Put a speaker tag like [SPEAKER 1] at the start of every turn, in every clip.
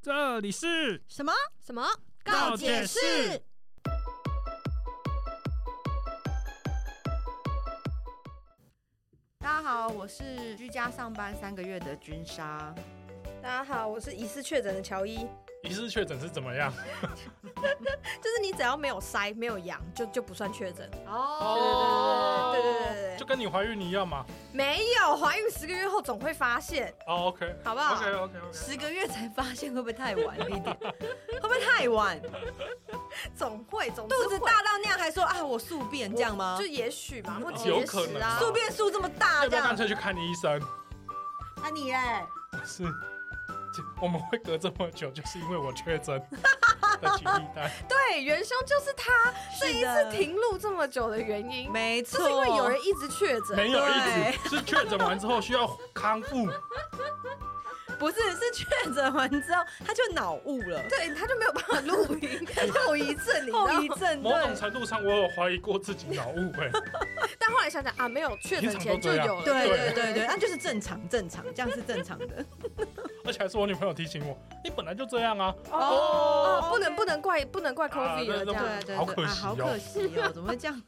[SPEAKER 1] 这里是
[SPEAKER 2] 什么？
[SPEAKER 3] 什么？
[SPEAKER 1] 告解室
[SPEAKER 2] 大家好，我是居家上班三个月的君莎。
[SPEAKER 3] 大家好，我是疑似确诊的乔伊，
[SPEAKER 4] 疑似确诊是怎么样？
[SPEAKER 3] 就是你只要没有筛、没有阳，就就不算确诊。
[SPEAKER 2] 哦
[SPEAKER 3] 对对对对对对
[SPEAKER 4] 就跟你怀孕一样嘛。
[SPEAKER 3] 没有怀孕十个月后总会发现，
[SPEAKER 4] 哦，OK，
[SPEAKER 3] 好不好
[SPEAKER 4] OK OK OK。
[SPEAKER 2] 十个月才发现，会不会太晚了一点？会不会太晚？
[SPEAKER 3] 总会总
[SPEAKER 2] 肚子
[SPEAKER 3] 是会
[SPEAKER 2] 大到那样还说啊，我宿便这样吗
[SPEAKER 3] 就？也许嘛，或
[SPEAKER 4] 哦有
[SPEAKER 3] 结
[SPEAKER 4] 可能
[SPEAKER 3] 石
[SPEAKER 4] 吧。
[SPEAKER 3] 啊
[SPEAKER 2] 宿便宿这么大
[SPEAKER 4] 要不
[SPEAKER 2] 这
[SPEAKER 4] 要
[SPEAKER 2] 样
[SPEAKER 4] 干？脆去看医生？
[SPEAKER 2] 那你嘞？
[SPEAKER 4] 是，这我们会隔这么久，就是因为我确诊 的取替代。
[SPEAKER 3] 对，元凶就是他这
[SPEAKER 2] 是
[SPEAKER 3] 一
[SPEAKER 2] 的
[SPEAKER 3] 次停录这么久的原因，
[SPEAKER 2] 没错，
[SPEAKER 3] 就是因为有人一直确诊，
[SPEAKER 4] 没有
[SPEAKER 2] 对
[SPEAKER 4] 一直是确诊完之后需要康复，
[SPEAKER 2] 不是是确诊完之后他就脑雾了，
[SPEAKER 3] 对，他就没有办法录 音，后遗症，你知道
[SPEAKER 2] 后
[SPEAKER 3] 吗
[SPEAKER 2] 遗症
[SPEAKER 4] 某种
[SPEAKER 2] 对。
[SPEAKER 4] 程度上我有怀疑过自己脑误 哎。
[SPEAKER 3] 但后来想想啊，没有确诊前就有了，
[SPEAKER 2] 对
[SPEAKER 4] 对
[SPEAKER 2] 对对对，那就是正常正常，这样是正常的。
[SPEAKER 4] 而且还是我女朋友提醒我，你本来就这样啊。
[SPEAKER 3] 哦，
[SPEAKER 2] OK 啊
[SPEAKER 3] 不能不能怪不能怪 COVID
[SPEAKER 4] 对
[SPEAKER 3] 了这
[SPEAKER 4] 对
[SPEAKER 3] 样。
[SPEAKER 2] 对对对，
[SPEAKER 4] 好可惜哦
[SPEAKER 2] 啊好可惜哦，怎么会这样？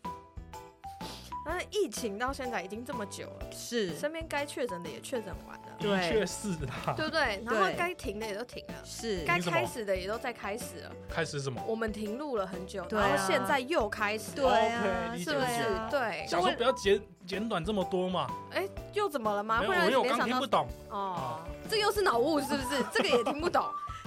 [SPEAKER 3] 但是疫情到现在已经这么久了，
[SPEAKER 2] 是
[SPEAKER 3] 身边该确诊的也确诊完了，
[SPEAKER 4] 的确是啊。
[SPEAKER 3] 对不对？然后
[SPEAKER 2] 对
[SPEAKER 3] 该停的也都停了，
[SPEAKER 2] 是，
[SPEAKER 3] 该
[SPEAKER 4] 你怎么
[SPEAKER 3] 开始的也都在开始了。
[SPEAKER 4] 开始什么？
[SPEAKER 3] 我们停录了很久，
[SPEAKER 2] 对啊
[SPEAKER 3] 然后现在又开始，
[SPEAKER 2] 对啊，
[SPEAKER 4] OK，理
[SPEAKER 3] 是
[SPEAKER 4] 解
[SPEAKER 3] 不
[SPEAKER 4] 理解
[SPEAKER 3] 是？对，
[SPEAKER 4] 想说不要简简短这么多嘛。
[SPEAKER 3] 哎，又怎么了吗？
[SPEAKER 4] 没
[SPEAKER 3] 会
[SPEAKER 4] 有，
[SPEAKER 3] 让
[SPEAKER 4] 我
[SPEAKER 3] 你
[SPEAKER 4] 有
[SPEAKER 3] 联
[SPEAKER 4] 刚
[SPEAKER 3] 想
[SPEAKER 4] 听
[SPEAKER 3] 到
[SPEAKER 4] 不懂。
[SPEAKER 3] 哦，这又是脑雾是不 是？这个也听不懂，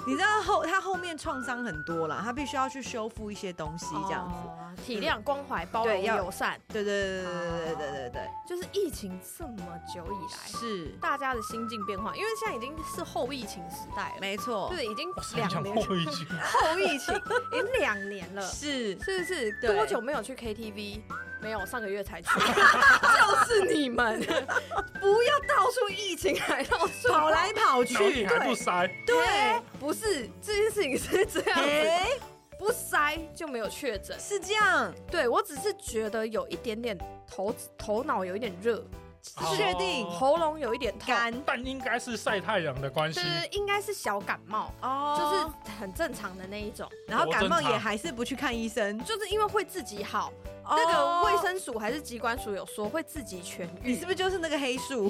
[SPEAKER 2] 你知道后他后面创伤很多啦，他必须要去修复一些东西，这样子。
[SPEAKER 3] 子，哦体谅、关怀、包容、
[SPEAKER 2] 对要
[SPEAKER 3] 友善，
[SPEAKER 2] 对对对对对对对对对，
[SPEAKER 3] 就是疫情这么久以来，
[SPEAKER 2] 是
[SPEAKER 3] 大家的心境变化，因为现在已经是后疫情时代了，
[SPEAKER 2] 没错
[SPEAKER 3] 就，是已经
[SPEAKER 4] 我是很
[SPEAKER 3] 两
[SPEAKER 4] 想
[SPEAKER 3] 年
[SPEAKER 4] 后一句，
[SPEAKER 3] 后疫情，已经两年了，
[SPEAKER 2] 是
[SPEAKER 3] 是不是？
[SPEAKER 2] 对
[SPEAKER 3] 多久没有去 KTV？没有，上个月 才去，就是你们，不要到处疫情还到处
[SPEAKER 2] 跑来跑去
[SPEAKER 4] 然，后你还不塞，
[SPEAKER 3] 对，不是这件事情是这样子，
[SPEAKER 2] 哎，
[SPEAKER 3] 不筛就没有确诊。
[SPEAKER 2] 是这样，
[SPEAKER 3] 对我只是觉得有一点点头头脑有一点热，
[SPEAKER 4] 哦
[SPEAKER 2] 确定
[SPEAKER 4] 哦
[SPEAKER 3] 喉咙有一点痛，
[SPEAKER 2] 干
[SPEAKER 4] 但应该是晒太阳的关系
[SPEAKER 3] 对。对，对应该是小感冒，
[SPEAKER 2] 哦，
[SPEAKER 3] 就是很正常的那一种，
[SPEAKER 2] 就是然后感冒
[SPEAKER 4] 多正常
[SPEAKER 2] 也还是不去看医生，
[SPEAKER 3] 就是因为会自己好。
[SPEAKER 2] 那
[SPEAKER 3] 那个卫生署还是疾管署有说会自己痊愈，
[SPEAKER 2] 你是不是就是那个黑树？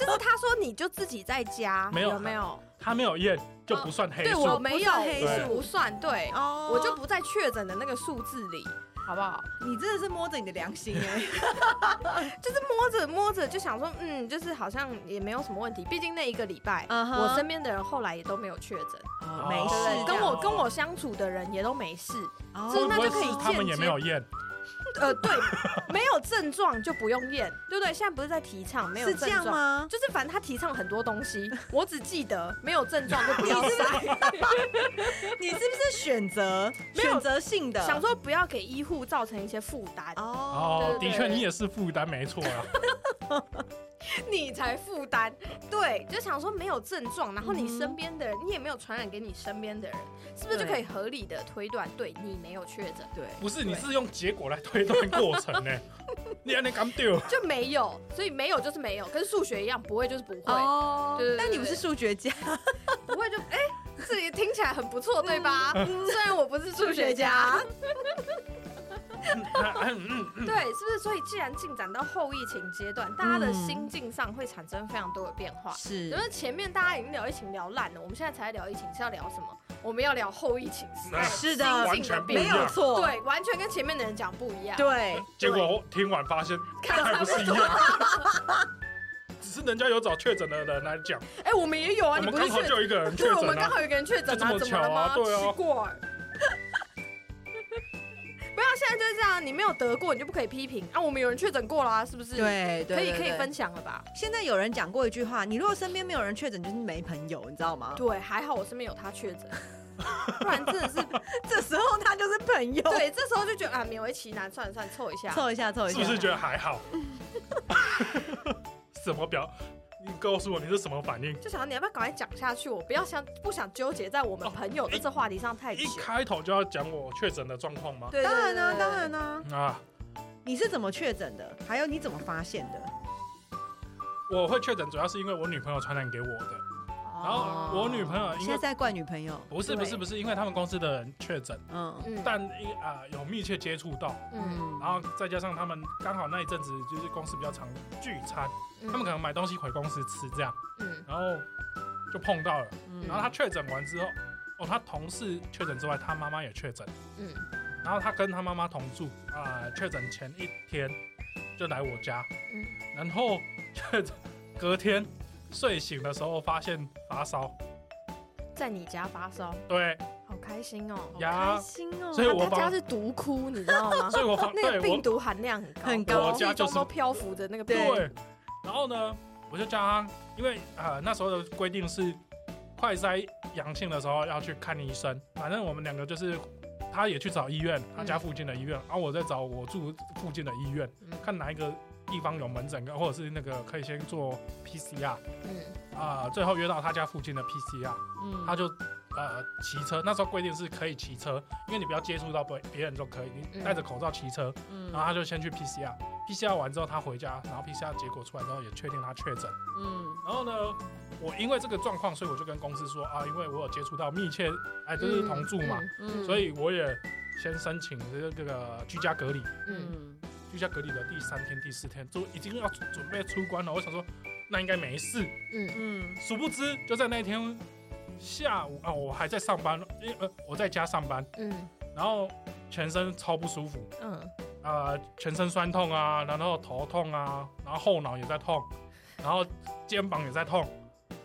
[SPEAKER 3] 就是他说你就自己在家，
[SPEAKER 4] 没有
[SPEAKER 3] 没有？
[SPEAKER 4] 他没有验就不算黑
[SPEAKER 3] 哦对
[SPEAKER 4] 数，
[SPEAKER 3] 我没有
[SPEAKER 2] 不算黑
[SPEAKER 4] 数
[SPEAKER 3] 我不算，对，
[SPEAKER 2] 哦
[SPEAKER 3] 我就不在确诊的那个数字里，好不好？
[SPEAKER 2] 你真的是摸着你的良心哎，
[SPEAKER 3] 就是摸着摸着就想说，嗯，就是好像也没有什么问题，毕竟那一个礼拜
[SPEAKER 2] 嗯哼
[SPEAKER 3] 我身边的人后来也都没有确诊，
[SPEAKER 2] 哦没
[SPEAKER 3] 对
[SPEAKER 2] 事
[SPEAKER 3] 不对，跟
[SPEAKER 2] 这样
[SPEAKER 3] 我跟我相处的人也都没事，
[SPEAKER 2] 哦
[SPEAKER 3] 所以那
[SPEAKER 4] 不
[SPEAKER 3] 就
[SPEAKER 4] 会
[SPEAKER 3] 可以
[SPEAKER 4] 是他们也没有验，
[SPEAKER 3] 呃，对，没有症状就不用验，对不对？现在不是在提倡没有
[SPEAKER 2] 是
[SPEAKER 3] 症
[SPEAKER 2] 这样
[SPEAKER 3] 状？
[SPEAKER 2] 吗？
[SPEAKER 3] 就是反正他提倡很多东西，我只记得没有症状就 不要筛，
[SPEAKER 2] 你是不是选择
[SPEAKER 3] 没有
[SPEAKER 2] 选择性的
[SPEAKER 3] 想说不要给医护造成一些负担，
[SPEAKER 2] 哦
[SPEAKER 4] 哦，
[SPEAKER 3] 对对
[SPEAKER 4] 的
[SPEAKER 3] 对
[SPEAKER 4] 确你也是负担，没错啊。
[SPEAKER 3] 你才负担。对，就想说没有症状，然后你身边的人、你也没有传染给你身边的人，是不是就
[SPEAKER 2] 对
[SPEAKER 3] 可以合理的推断，对你没有确诊
[SPEAKER 2] 对。
[SPEAKER 4] 不是，你是用结果来推断过程呢。你还能敢 啊丢？
[SPEAKER 3] 就没有，所以没有就是没有，跟数学一样，不会就是不会，
[SPEAKER 2] 哦
[SPEAKER 3] 对对对
[SPEAKER 2] 但你不是数学家，
[SPEAKER 3] 不会就哎。这也听起来很不错，对吧？
[SPEAKER 2] 嗯
[SPEAKER 3] 虽然我不是数学家，
[SPEAKER 4] 嗯
[SPEAKER 3] 对，是不是？所以既然进展到后疫情阶段，大家的心境上会产生非常多的变化。
[SPEAKER 2] 是
[SPEAKER 3] 因为前面大家已经聊疫情聊烂了，我们现在才聊疫情是要聊什么？我们要聊后疫情时代
[SPEAKER 2] 是的
[SPEAKER 3] 心
[SPEAKER 4] 完
[SPEAKER 3] 境的
[SPEAKER 4] 全不
[SPEAKER 3] 变
[SPEAKER 2] 没
[SPEAKER 4] 一
[SPEAKER 3] 化，
[SPEAKER 2] 有
[SPEAKER 4] 样。
[SPEAKER 2] 错，
[SPEAKER 3] 对，完全跟前面的人讲不一样。
[SPEAKER 2] 对，
[SPEAKER 4] 嗯结果我听完发现，
[SPEAKER 3] 看
[SPEAKER 4] 还不
[SPEAKER 3] 差
[SPEAKER 4] 是
[SPEAKER 3] 不
[SPEAKER 4] 一
[SPEAKER 3] 多
[SPEAKER 4] 样。只是人家有找确诊的人来讲，
[SPEAKER 3] 哎，我们也有啊，
[SPEAKER 4] 我
[SPEAKER 3] 你
[SPEAKER 4] 们
[SPEAKER 3] 不是
[SPEAKER 4] 刚好
[SPEAKER 3] 确
[SPEAKER 4] 就有一个人确
[SPEAKER 3] 对，我们
[SPEAKER 4] 诊
[SPEAKER 3] 刚
[SPEAKER 4] 啊。
[SPEAKER 3] 好有一个人确诊啊，
[SPEAKER 4] 就这么
[SPEAKER 3] 怎么了吗？
[SPEAKER 4] 巧啊对啊
[SPEAKER 3] 奇怪。 不要，现在就是这样，你没有得过，你就不可以批评啊。我们有人确诊过啦、是不是？，
[SPEAKER 2] 对对，
[SPEAKER 3] 可以
[SPEAKER 2] 对
[SPEAKER 3] 可以
[SPEAKER 2] 对
[SPEAKER 3] 分享了吧？
[SPEAKER 2] 现在有人讲过一句话，你如果身边没有人确诊，就是没朋友，你知道吗？
[SPEAKER 3] 对，还好我身边有他确诊，不然真的是
[SPEAKER 2] 这时候他就是朋友，
[SPEAKER 3] 对，啊这时候就觉得啊，勉为其难，算了算了，凑一下。嗯
[SPEAKER 2] 凑一下凑一
[SPEAKER 4] 是
[SPEAKER 2] 下，
[SPEAKER 4] 不是觉得还好？ 什么表？你告诉我你是什么反应？
[SPEAKER 3] 就想你要不要赶快讲下去？我不要想不想纠结在我们
[SPEAKER 4] 哦
[SPEAKER 3] 朋友的这话题上太久
[SPEAKER 4] 一。开头就要讲我确诊的状况吗？
[SPEAKER 3] 对，
[SPEAKER 2] 当然啦、
[SPEAKER 3] 呢，
[SPEAKER 2] 当然
[SPEAKER 3] 呢。
[SPEAKER 2] 啦、
[SPEAKER 4] 啊，
[SPEAKER 2] 你是怎么确诊的？还有你怎么发现的？
[SPEAKER 4] 我会确诊主要是因为我女朋友传染给我的。然后我女朋友因
[SPEAKER 2] 现在
[SPEAKER 4] 为
[SPEAKER 2] 在怪女朋友，
[SPEAKER 4] 不是不是
[SPEAKER 3] 对
[SPEAKER 4] 不是，因为他们公司的人确诊，
[SPEAKER 2] 嗯
[SPEAKER 3] 嗯
[SPEAKER 4] 但因啊、有密切接触到，
[SPEAKER 3] 嗯，
[SPEAKER 4] 然后再加上他们刚好那一阵子就是公司比较常聚餐，
[SPEAKER 3] 他
[SPEAKER 4] 他们可能买东西回公司吃这样，
[SPEAKER 3] 嗯
[SPEAKER 4] 然后就碰到了。
[SPEAKER 2] 嗯
[SPEAKER 4] 然后他确诊完之后，哦，他同事确诊之外，他妈妈也确诊，
[SPEAKER 3] 嗯
[SPEAKER 4] 然后他跟他妈妈同住啊、确诊前一天就来我家，
[SPEAKER 3] 嗯
[SPEAKER 4] 然后 确诊隔天睡醒的时候发现发烧，
[SPEAKER 3] 在你家发烧，
[SPEAKER 4] 对，
[SPEAKER 3] 好开心哦。
[SPEAKER 4] 呀
[SPEAKER 2] 开，心哦，
[SPEAKER 4] 所以我
[SPEAKER 3] 他
[SPEAKER 4] 把
[SPEAKER 3] 家是毒窟，你知道吗？
[SPEAKER 4] 所以我发
[SPEAKER 3] 那
[SPEAKER 4] 对
[SPEAKER 3] 个
[SPEAKER 4] 我
[SPEAKER 3] 病毒含量很高，
[SPEAKER 2] 很高
[SPEAKER 4] 我家就是
[SPEAKER 3] 空气中都漂浮着那个病毒。
[SPEAKER 4] 对，然后呢，我就叫他，因为啊那时候的规定是快筛阳性的时候要去看医生，反正我们两个就是。他也去找医院，他家附近的医院，然后、我在找我住附近的医院，
[SPEAKER 3] 嗯
[SPEAKER 4] 看哪一个地方有门诊，或者是那个可以先做 PCR 啊、
[SPEAKER 3] 嗯
[SPEAKER 4] 最后约到他家附近的 PCR，
[SPEAKER 2] 嗯
[SPEAKER 4] 他就呃骑车，那时候规定是可以骑车，因为你不要接触到别别人就可以，你
[SPEAKER 3] 嗯
[SPEAKER 4] 戴着口罩骑车，
[SPEAKER 2] 嗯
[SPEAKER 4] 然后他就先去 PCR，PCR 完之后他回家，然后 PCR 结果出来之后也确定他确诊，
[SPEAKER 2] 嗯
[SPEAKER 4] 然后呢，我因为这个状况，所以我就跟公司说啊，因为我有接触到密切，哎，就是同住嘛，，
[SPEAKER 2] 嗯
[SPEAKER 4] 所以我也先申请这个居家隔离，
[SPEAKER 2] 嗯
[SPEAKER 4] 居家隔离的第三天、第四天，就已经要准备出关了。我想说，那应该没事。
[SPEAKER 3] 嗯
[SPEAKER 2] 嗯
[SPEAKER 4] 殊不知，就在那一天下午啊，我还在上班，因为呃我在家上班，
[SPEAKER 3] 嗯
[SPEAKER 4] 然后全身超不舒服
[SPEAKER 3] 嗯
[SPEAKER 4] 啊、全身酸痛啊，然后头痛啊，然后后脑也在痛，然后肩膀也在痛，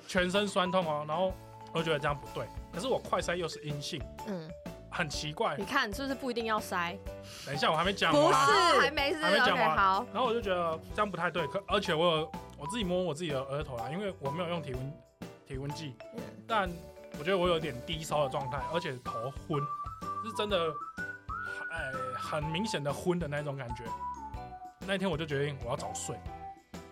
[SPEAKER 4] 全身酸痛哦、然后我就觉得这样不对，可是我快筛又是阴性，
[SPEAKER 3] 嗯，
[SPEAKER 4] 很奇怪
[SPEAKER 5] 你。看是不是不一定要筛？
[SPEAKER 4] 等一下我还没讲
[SPEAKER 2] 不
[SPEAKER 4] 完，啊
[SPEAKER 2] 是
[SPEAKER 3] 哦还没事
[SPEAKER 4] 还没讲
[SPEAKER 3] ，OK，
[SPEAKER 4] 完
[SPEAKER 3] 好，
[SPEAKER 4] 然后我就觉得这样不太对，可而且我有我自己摸我自己的额头啦，因为我没有用体温体温计，
[SPEAKER 3] 嗯
[SPEAKER 4] 但我觉得我有点低烧的状态，而且头昏，是真的，呃，很明显的昏的那种感觉。那一天我就决定我要早睡，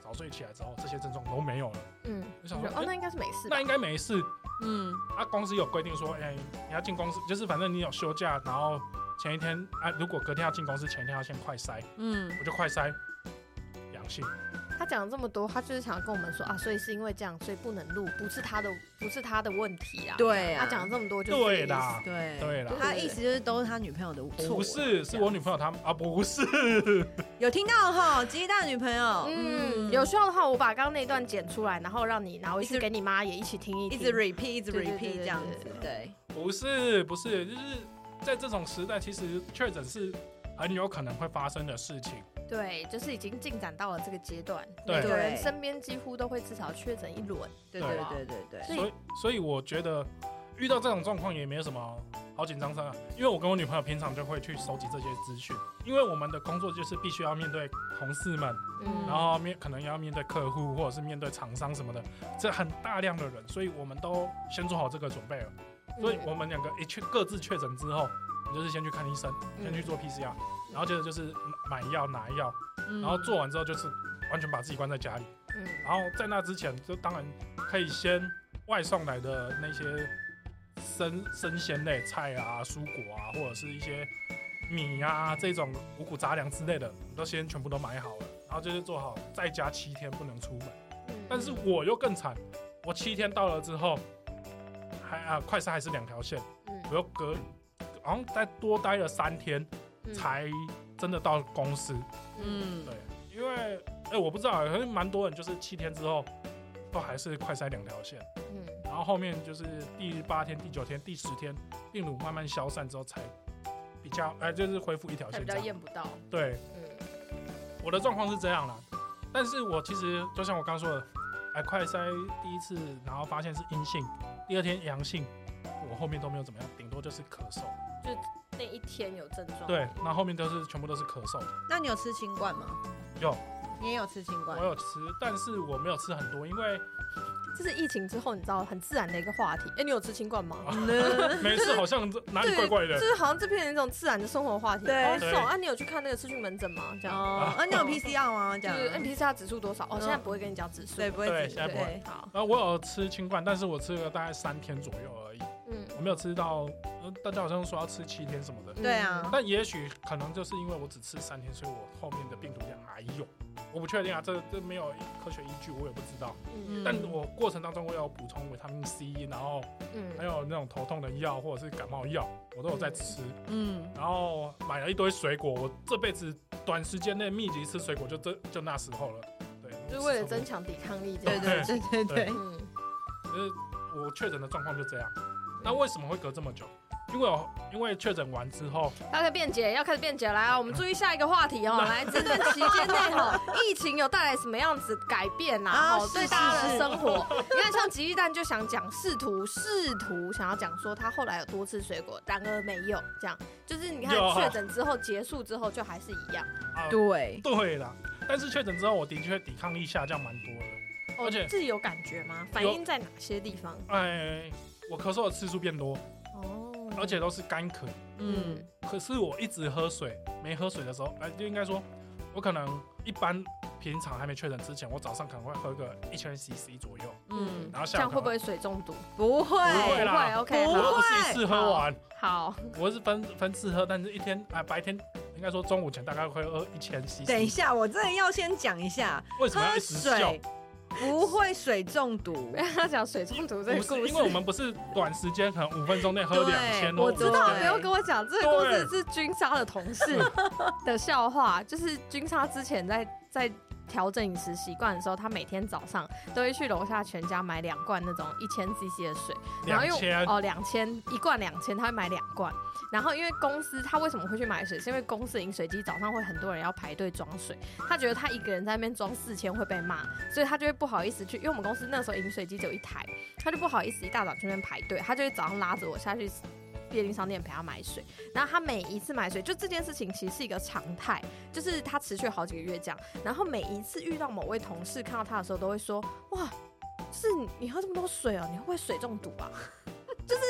[SPEAKER 4] 早睡起来之后这些症状都没有了，
[SPEAKER 3] 嗯，
[SPEAKER 4] 我想说哎
[SPEAKER 3] 哦，那应该是没事的
[SPEAKER 4] 那，应该没事。
[SPEAKER 2] 嗯
[SPEAKER 4] 啊，公司有规定说，哎、你要进公司，就是反正你有休假，然后前一天啊，如果隔天要进公司，前一天要先快筛，
[SPEAKER 2] 嗯
[SPEAKER 4] 我就快筛阳性。
[SPEAKER 3] 他讲了这么多，他就是想跟我们说啊，所以是因为这样，所以不能录，不是他的，不是他的问题啊。
[SPEAKER 2] 对啊
[SPEAKER 3] 他讲了这么多就是这个
[SPEAKER 4] 对
[SPEAKER 3] 意思。
[SPEAKER 4] 啦，
[SPEAKER 2] 对。
[SPEAKER 4] 对啦，
[SPEAKER 2] 他意思就是都是他女朋友的哎错，
[SPEAKER 4] 不是，是我女朋友她啊，不是，
[SPEAKER 2] 有听到哈？吉大女朋友，
[SPEAKER 3] 嗯，有需要的话，我把刚刚那段剪出来，然后让你拿回
[SPEAKER 2] 一
[SPEAKER 3] 去
[SPEAKER 2] 直
[SPEAKER 3] 给你妈也一起听一
[SPEAKER 2] 一
[SPEAKER 3] 听。
[SPEAKER 2] 直 repeat 一直
[SPEAKER 3] 对对对
[SPEAKER 2] repeat 这样
[SPEAKER 3] 对
[SPEAKER 2] 子，对，
[SPEAKER 4] 不是，不是，就是在这种时代，其实确诊是很有可能会发生的事情。
[SPEAKER 3] 对，就是已经进展到了这个阶段，
[SPEAKER 4] 对
[SPEAKER 3] 每个人身边几乎都会至少确诊一轮。
[SPEAKER 2] 对
[SPEAKER 4] 对
[SPEAKER 2] 对
[SPEAKER 3] 啊
[SPEAKER 2] 对对对，
[SPEAKER 3] 所以
[SPEAKER 4] 所以，所以我觉得遇到这种状况也没有什么好紧张的，啊因为我跟我女朋友平常就会去收集这些资讯，因为我们的工作就是必须要面对同事们，
[SPEAKER 2] 嗯
[SPEAKER 4] 然后面可能要面对客户或者是面对厂商什么的，这很大量的人，所以我们都先做好这个准备了。
[SPEAKER 3] 嗯
[SPEAKER 4] 所以
[SPEAKER 2] 嗯
[SPEAKER 4] 我们两个一去各自确诊之后，你就是先去看医生，
[SPEAKER 3] 嗯
[SPEAKER 4] 先去做 PCR，然后接着就是买药拿药，
[SPEAKER 2] 嗯
[SPEAKER 4] 然后做完之后就是完全把自己关在家里。
[SPEAKER 3] 嗯
[SPEAKER 4] 然后在那之前，就当然可以先外送来的那些生生鲜类菜啊、蔬果啊，或者是一些米啊这种五谷杂粮之类的，我都先全部都买好了，然后就是做好在家七天不能出门。
[SPEAKER 3] 嗯
[SPEAKER 4] 但是我又更惨，我七天到了之后，还啊快筛还是两条线，
[SPEAKER 3] 嗯
[SPEAKER 4] 我又隔好像再多待了三天
[SPEAKER 3] 嗯
[SPEAKER 4] 才真的到公司。
[SPEAKER 2] 嗯
[SPEAKER 4] 对，因为哎、我不知道，可能蛮多人就是七天之后都还是快筛两条线，
[SPEAKER 3] 嗯
[SPEAKER 4] 然后后面就是第八天、第九天、第十天病毒慢慢消散之后才比较哎、就是恢复一条
[SPEAKER 3] 才
[SPEAKER 4] 线
[SPEAKER 3] 比
[SPEAKER 4] 这
[SPEAKER 3] 较
[SPEAKER 4] 样。
[SPEAKER 3] 验不到。
[SPEAKER 4] 对，
[SPEAKER 3] 嗯
[SPEAKER 4] 我的状况是这样啦，但是我其实就像我刚说的，哎，快筛第一次，然后发现是阴性，第二天阳性，我后面都没有怎么样，顶多就是咳嗽。
[SPEAKER 3] 那一天有症状。
[SPEAKER 4] 对，那后面都是全部都是咳嗽。
[SPEAKER 2] 那你有吃新冠吗？
[SPEAKER 4] 有，
[SPEAKER 2] 你也有吃新
[SPEAKER 4] 我
[SPEAKER 2] 冠，
[SPEAKER 4] 有吃，但是我没有吃很多，因为
[SPEAKER 3] 这是疫情之后，你知道很自然的一个话题。哎，你有吃新冠吗？
[SPEAKER 4] 每次好像这哪里啊怪怪的
[SPEAKER 3] 就。是好像这片有一种自然的生活话题。
[SPEAKER 2] 对
[SPEAKER 3] 哦，
[SPEAKER 4] 对
[SPEAKER 3] 是哦，啊，你有去看那个社区门诊吗？这样，
[SPEAKER 2] 哦，啊，你有 PCR 吗？
[SPEAKER 3] 就
[SPEAKER 2] 这样
[SPEAKER 3] 是 NPCR 指数多少？哦，
[SPEAKER 2] 嗯
[SPEAKER 3] 现在不会跟你讲指数。
[SPEAKER 2] 对，不会
[SPEAKER 4] 对
[SPEAKER 2] 自己
[SPEAKER 4] 现在不会
[SPEAKER 2] 对
[SPEAKER 3] 好，
[SPEAKER 4] 然后我有吃清冠，但是我吃了大概三天左右而已，
[SPEAKER 3] 嗯，
[SPEAKER 4] 我没有吃到。呃大家好像说要吃七天什么的，
[SPEAKER 2] 对啊
[SPEAKER 3] 嗯
[SPEAKER 4] 但也许可能就是因为我只吃三天，所以我后面的病毒量还有。我不确定啊，这这没有科学依据，我也不知道。
[SPEAKER 3] 嗯
[SPEAKER 4] 但我过程当中我有补充维他命 C，然后还
[SPEAKER 3] 嗯，
[SPEAKER 4] 有那种头痛的药或者是感冒药，我都有在吃。
[SPEAKER 2] 嗯，
[SPEAKER 4] 然后买了一堆水果，我这辈子短时间内密集吃水果就这就那时候了。对，
[SPEAKER 3] 就是为了增强抵抗力这
[SPEAKER 2] 对
[SPEAKER 3] 样。
[SPEAKER 2] 对对对对，
[SPEAKER 3] 嗯
[SPEAKER 4] 就是我确诊的状况就这样。那为什么会隔这么久？因为我因为确诊完之后，
[SPEAKER 3] 大家辩解，要开始辩解来啊！我们注意下一个话题哦。来，这段期间内 哈，疫情有带来什么样子改变呐？
[SPEAKER 2] 啊
[SPEAKER 3] 哦，
[SPEAKER 2] 是
[SPEAKER 3] 对大家
[SPEAKER 2] 是
[SPEAKER 3] 的
[SPEAKER 2] 是
[SPEAKER 3] 生活，你看像吉利蛋就想讲试图试图想要讲说他后来有多吃水果，然而没有这样，就是你看
[SPEAKER 4] 有
[SPEAKER 3] 确诊之后结束之后就还是一样。
[SPEAKER 2] 对，
[SPEAKER 4] 对啦，但是确诊之后，我的确抵抗力下降蛮多的。
[SPEAKER 3] 哦
[SPEAKER 4] 而且
[SPEAKER 3] 自己有感觉吗？反映在哪些地方？
[SPEAKER 4] 哎，我咳嗽的次数变多，
[SPEAKER 3] 哦，
[SPEAKER 4] 而且都是干咳。
[SPEAKER 2] 嗯，
[SPEAKER 4] 可是我一直喝水，没喝水的时候，哎，就应该说，我可能一般平常还没确诊之前，我早上可能会喝个一千 CC 左右，
[SPEAKER 2] 嗯，
[SPEAKER 4] 然后
[SPEAKER 3] 这
[SPEAKER 4] 下
[SPEAKER 3] 样
[SPEAKER 4] 午可能
[SPEAKER 3] 会不会水中毒？
[SPEAKER 2] 不会，
[SPEAKER 4] 不会啦
[SPEAKER 3] ，OK，
[SPEAKER 2] 不会
[SPEAKER 4] 我不是一次喝完，
[SPEAKER 3] 好，
[SPEAKER 4] 我是分分次喝，但是一天啊，白天应该说中午前大概会喝一千 CC。
[SPEAKER 2] 等一下，我真的要先讲一下，
[SPEAKER 4] 为什么要
[SPEAKER 2] 喝
[SPEAKER 4] 一直笑
[SPEAKER 2] 水？不会水中 毒
[SPEAKER 3] 不。要讲水中毒这个
[SPEAKER 4] 不
[SPEAKER 3] 故
[SPEAKER 4] 是，
[SPEAKER 3] 事
[SPEAKER 4] 因为。我们不是短时间，可能五分钟内喝
[SPEAKER 2] 对
[SPEAKER 4] 两千哦
[SPEAKER 2] 我
[SPEAKER 4] 多，
[SPEAKER 2] 知道
[SPEAKER 3] 不要跟我讲这个故事是君莎的同事 的笑话，就是君莎之前在在调整饮食习惯的时候，她每天早上都会去楼下全家买两罐那种一千 CC 的水，然后
[SPEAKER 4] 两
[SPEAKER 3] 因为
[SPEAKER 4] 千，
[SPEAKER 3] 哦两千一罐两千，她会买两罐。然后因为公司她为什么会去买水，是因为公司饮水机早上会很多人要排队装水，她觉得她一个人在那边装四千会被骂，所以她就会不好意思去，因为我们公司那时候饮水机只有一台，她就不好意思一大早去那边排队，她就会早上拉着我下去便利商店陪她买水。然后她每一次买水，就这件事情其实是一个常态，就是她持续好几个月这样。然后每一次遇到某位同事看到她的时候，都会说：“哇，就是你你喝这么多水哦，你会不会水中毒啊？” 就是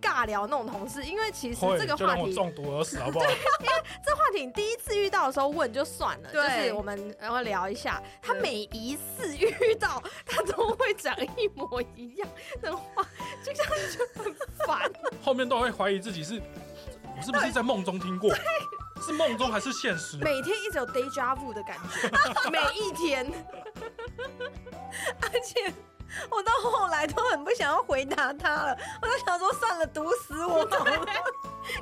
[SPEAKER 3] 尬聊那种同事，因为其实
[SPEAKER 4] 会
[SPEAKER 3] 这个
[SPEAKER 4] 就
[SPEAKER 3] 话
[SPEAKER 4] 让我
[SPEAKER 3] 题
[SPEAKER 4] 中毒 而死，好不好？
[SPEAKER 3] 这话题你第一次遇到的时候问就算了，就
[SPEAKER 2] 对
[SPEAKER 3] 是我们然后聊一下。他每一次遇到，他都会讲一模一样的话，就像就很烦。
[SPEAKER 4] 后面都会怀疑自己是，我是不是在梦中听过？是梦中还是现实？
[SPEAKER 3] 每天一直有 day job 的感觉， 每一天。
[SPEAKER 2] 而且我到后来都很不想要回答他了，我都想说算了，毒死我好了。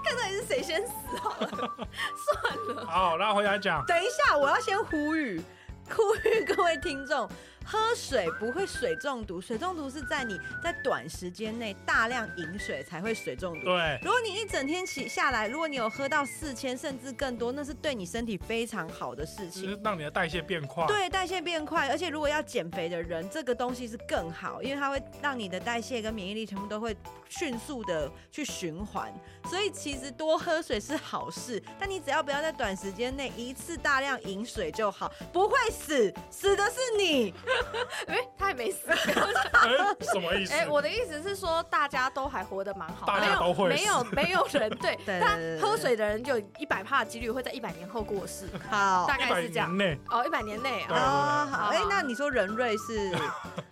[SPEAKER 3] 看到底是谁先死好了，算了。
[SPEAKER 4] 好，那回来讲，
[SPEAKER 2] 等一下，我要先呼吁，呼吁 各位听众，喝水不会水中毒，水中毒是在你在短时间内大量饮水才会水中毒。
[SPEAKER 4] 对，
[SPEAKER 2] 如果你一整天起下来，如果你有喝到四千甚至更多，那是对你身体非常好的事
[SPEAKER 4] 只
[SPEAKER 2] 情。
[SPEAKER 4] 是让你的代谢变快。
[SPEAKER 2] 对代谢变快，而且如果要减肥的人，这个东西是更好，因为它会让你的代谢跟免疫力全部都会迅速的去循环。所以其实多喝水是好事，但你只要不要在短时间内一次大量饮水就好，不会死，死的是你。
[SPEAKER 3] 哎、他也没死。
[SPEAKER 4] 哎，什么意思
[SPEAKER 3] 哎、？我的意思是说，大家都还活得蛮好，
[SPEAKER 4] 大家都会
[SPEAKER 3] 没有没有没有人 对，
[SPEAKER 2] 对
[SPEAKER 3] 但
[SPEAKER 2] 对对
[SPEAKER 3] 喝水的人就一百帕的几率会在一百年后过世，
[SPEAKER 2] 好。
[SPEAKER 3] 大
[SPEAKER 4] 一
[SPEAKER 3] 概
[SPEAKER 4] 百
[SPEAKER 3] 是这样
[SPEAKER 4] 年。内，
[SPEAKER 3] 哦，一百年内
[SPEAKER 4] 对
[SPEAKER 3] 啊，
[SPEAKER 2] 啊、好，哎、
[SPEAKER 3] 好
[SPEAKER 2] 那你说人瑞是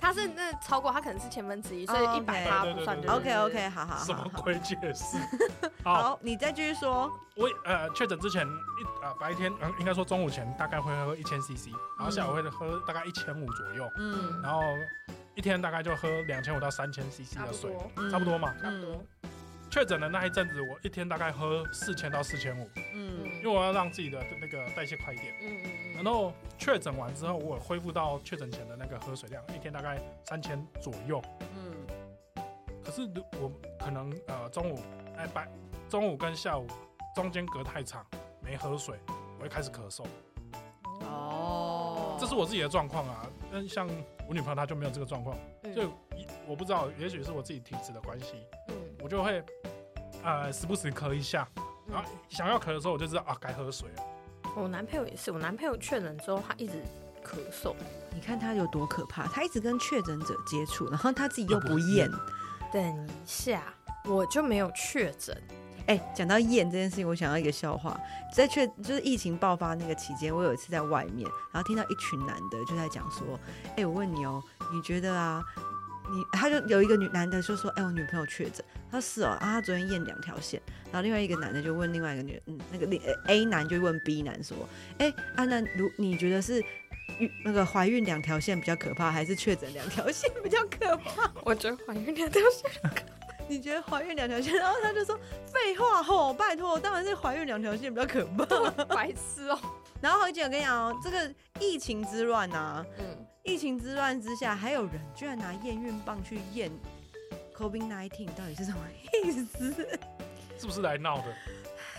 [SPEAKER 3] 他是那超过他可能是千分之一，所
[SPEAKER 2] 哦
[SPEAKER 3] 以一
[SPEAKER 2] ，OK
[SPEAKER 3] 百趴不算。
[SPEAKER 4] 对对对
[SPEAKER 3] 对
[SPEAKER 2] OK OK，好好
[SPEAKER 4] 什
[SPEAKER 2] 好
[SPEAKER 4] 么
[SPEAKER 2] 好，
[SPEAKER 4] 鬼解释？ 好，
[SPEAKER 2] 好，你再继续说，
[SPEAKER 4] 我呃确诊之前一呃白天，嗯，应该说中午前大概会喝一千 CC，然后下午会喝大概一千五左右，
[SPEAKER 2] 嗯
[SPEAKER 4] 然后一天大概就喝两千五到三千 CC
[SPEAKER 3] 差
[SPEAKER 4] 的
[SPEAKER 3] 不
[SPEAKER 4] 水，
[SPEAKER 3] 多，
[SPEAKER 2] 嗯
[SPEAKER 4] 差不多嘛。
[SPEAKER 3] 差不多。
[SPEAKER 4] 确诊的那一阵子，我一天大概喝四千到四千五，
[SPEAKER 2] 嗯
[SPEAKER 4] 因为我要让自己的那个代谢快一点。
[SPEAKER 3] 嗯嗯
[SPEAKER 4] 然后确诊完之后，我恢复到确诊前的那个喝水量，一天大概三千左右。
[SPEAKER 2] 嗯
[SPEAKER 4] 可是如我可能呃中午哎白中午跟下午中间隔太长没喝水，我会开始咳嗽，
[SPEAKER 3] 嗯。
[SPEAKER 2] 哦
[SPEAKER 4] 这是我自己的状况啊。但像我女朋友她就没有这个状况，
[SPEAKER 3] 嗯
[SPEAKER 4] 就一我不知道，也许是我自己体质的关系，
[SPEAKER 3] 嗯
[SPEAKER 4] 我就会呃时不时咳一下，
[SPEAKER 2] 嗯
[SPEAKER 4] 然后想要咳的时候我就知道啊该喝水了。
[SPEAKER 3] 我哦男朋友也是，我男朋友确诊之后，他一直咳嗽。
[SPEAKER 2] 你看他有多可怕，他一直跟确诊者接触，然后他自己又不验。
[SPEAKER 3] 等一下，我就没有确诊。
[SPEAKER 2] 哎、讲到验这件事情，我想到一个笑话，在确就是疫情爆发那个期间，我有一次在外面，然后听到一群男的就在讲说，哎、我问你哦，你觉得啊？你他就有一个女男的就说，哎、我女朋友确诊，他说是哦，啊，他昨天验两条线，然后另外一个男的就问另外一个女，嗯，那个另呃 A 男就问 B 男说，哎、啊，那如你觉得是孕那个怀孕两条线比较可怕，还是确诊两条线比较可怕？
[SPEAKER 3] 我觉得怀孕两条线，
[SPEAKER 2] 你觉得怀孕两条线？ 然后他就说废话吼，拜托，当然是怀孕两条线比较可怕。
[SPEAKER 3] 白痴哦、
[SPEAKER 2] 然后侯姐，我跟你讲哦，这个疫情之乱啊，
[SPEAKER 3] 嗯，
[SPEAKER 2] 疫情之乱之下，还有人居然拿验孕棒去验 COVID nineteen，到底是什么意思？
[SPEAKER 4] 是不是来闹的？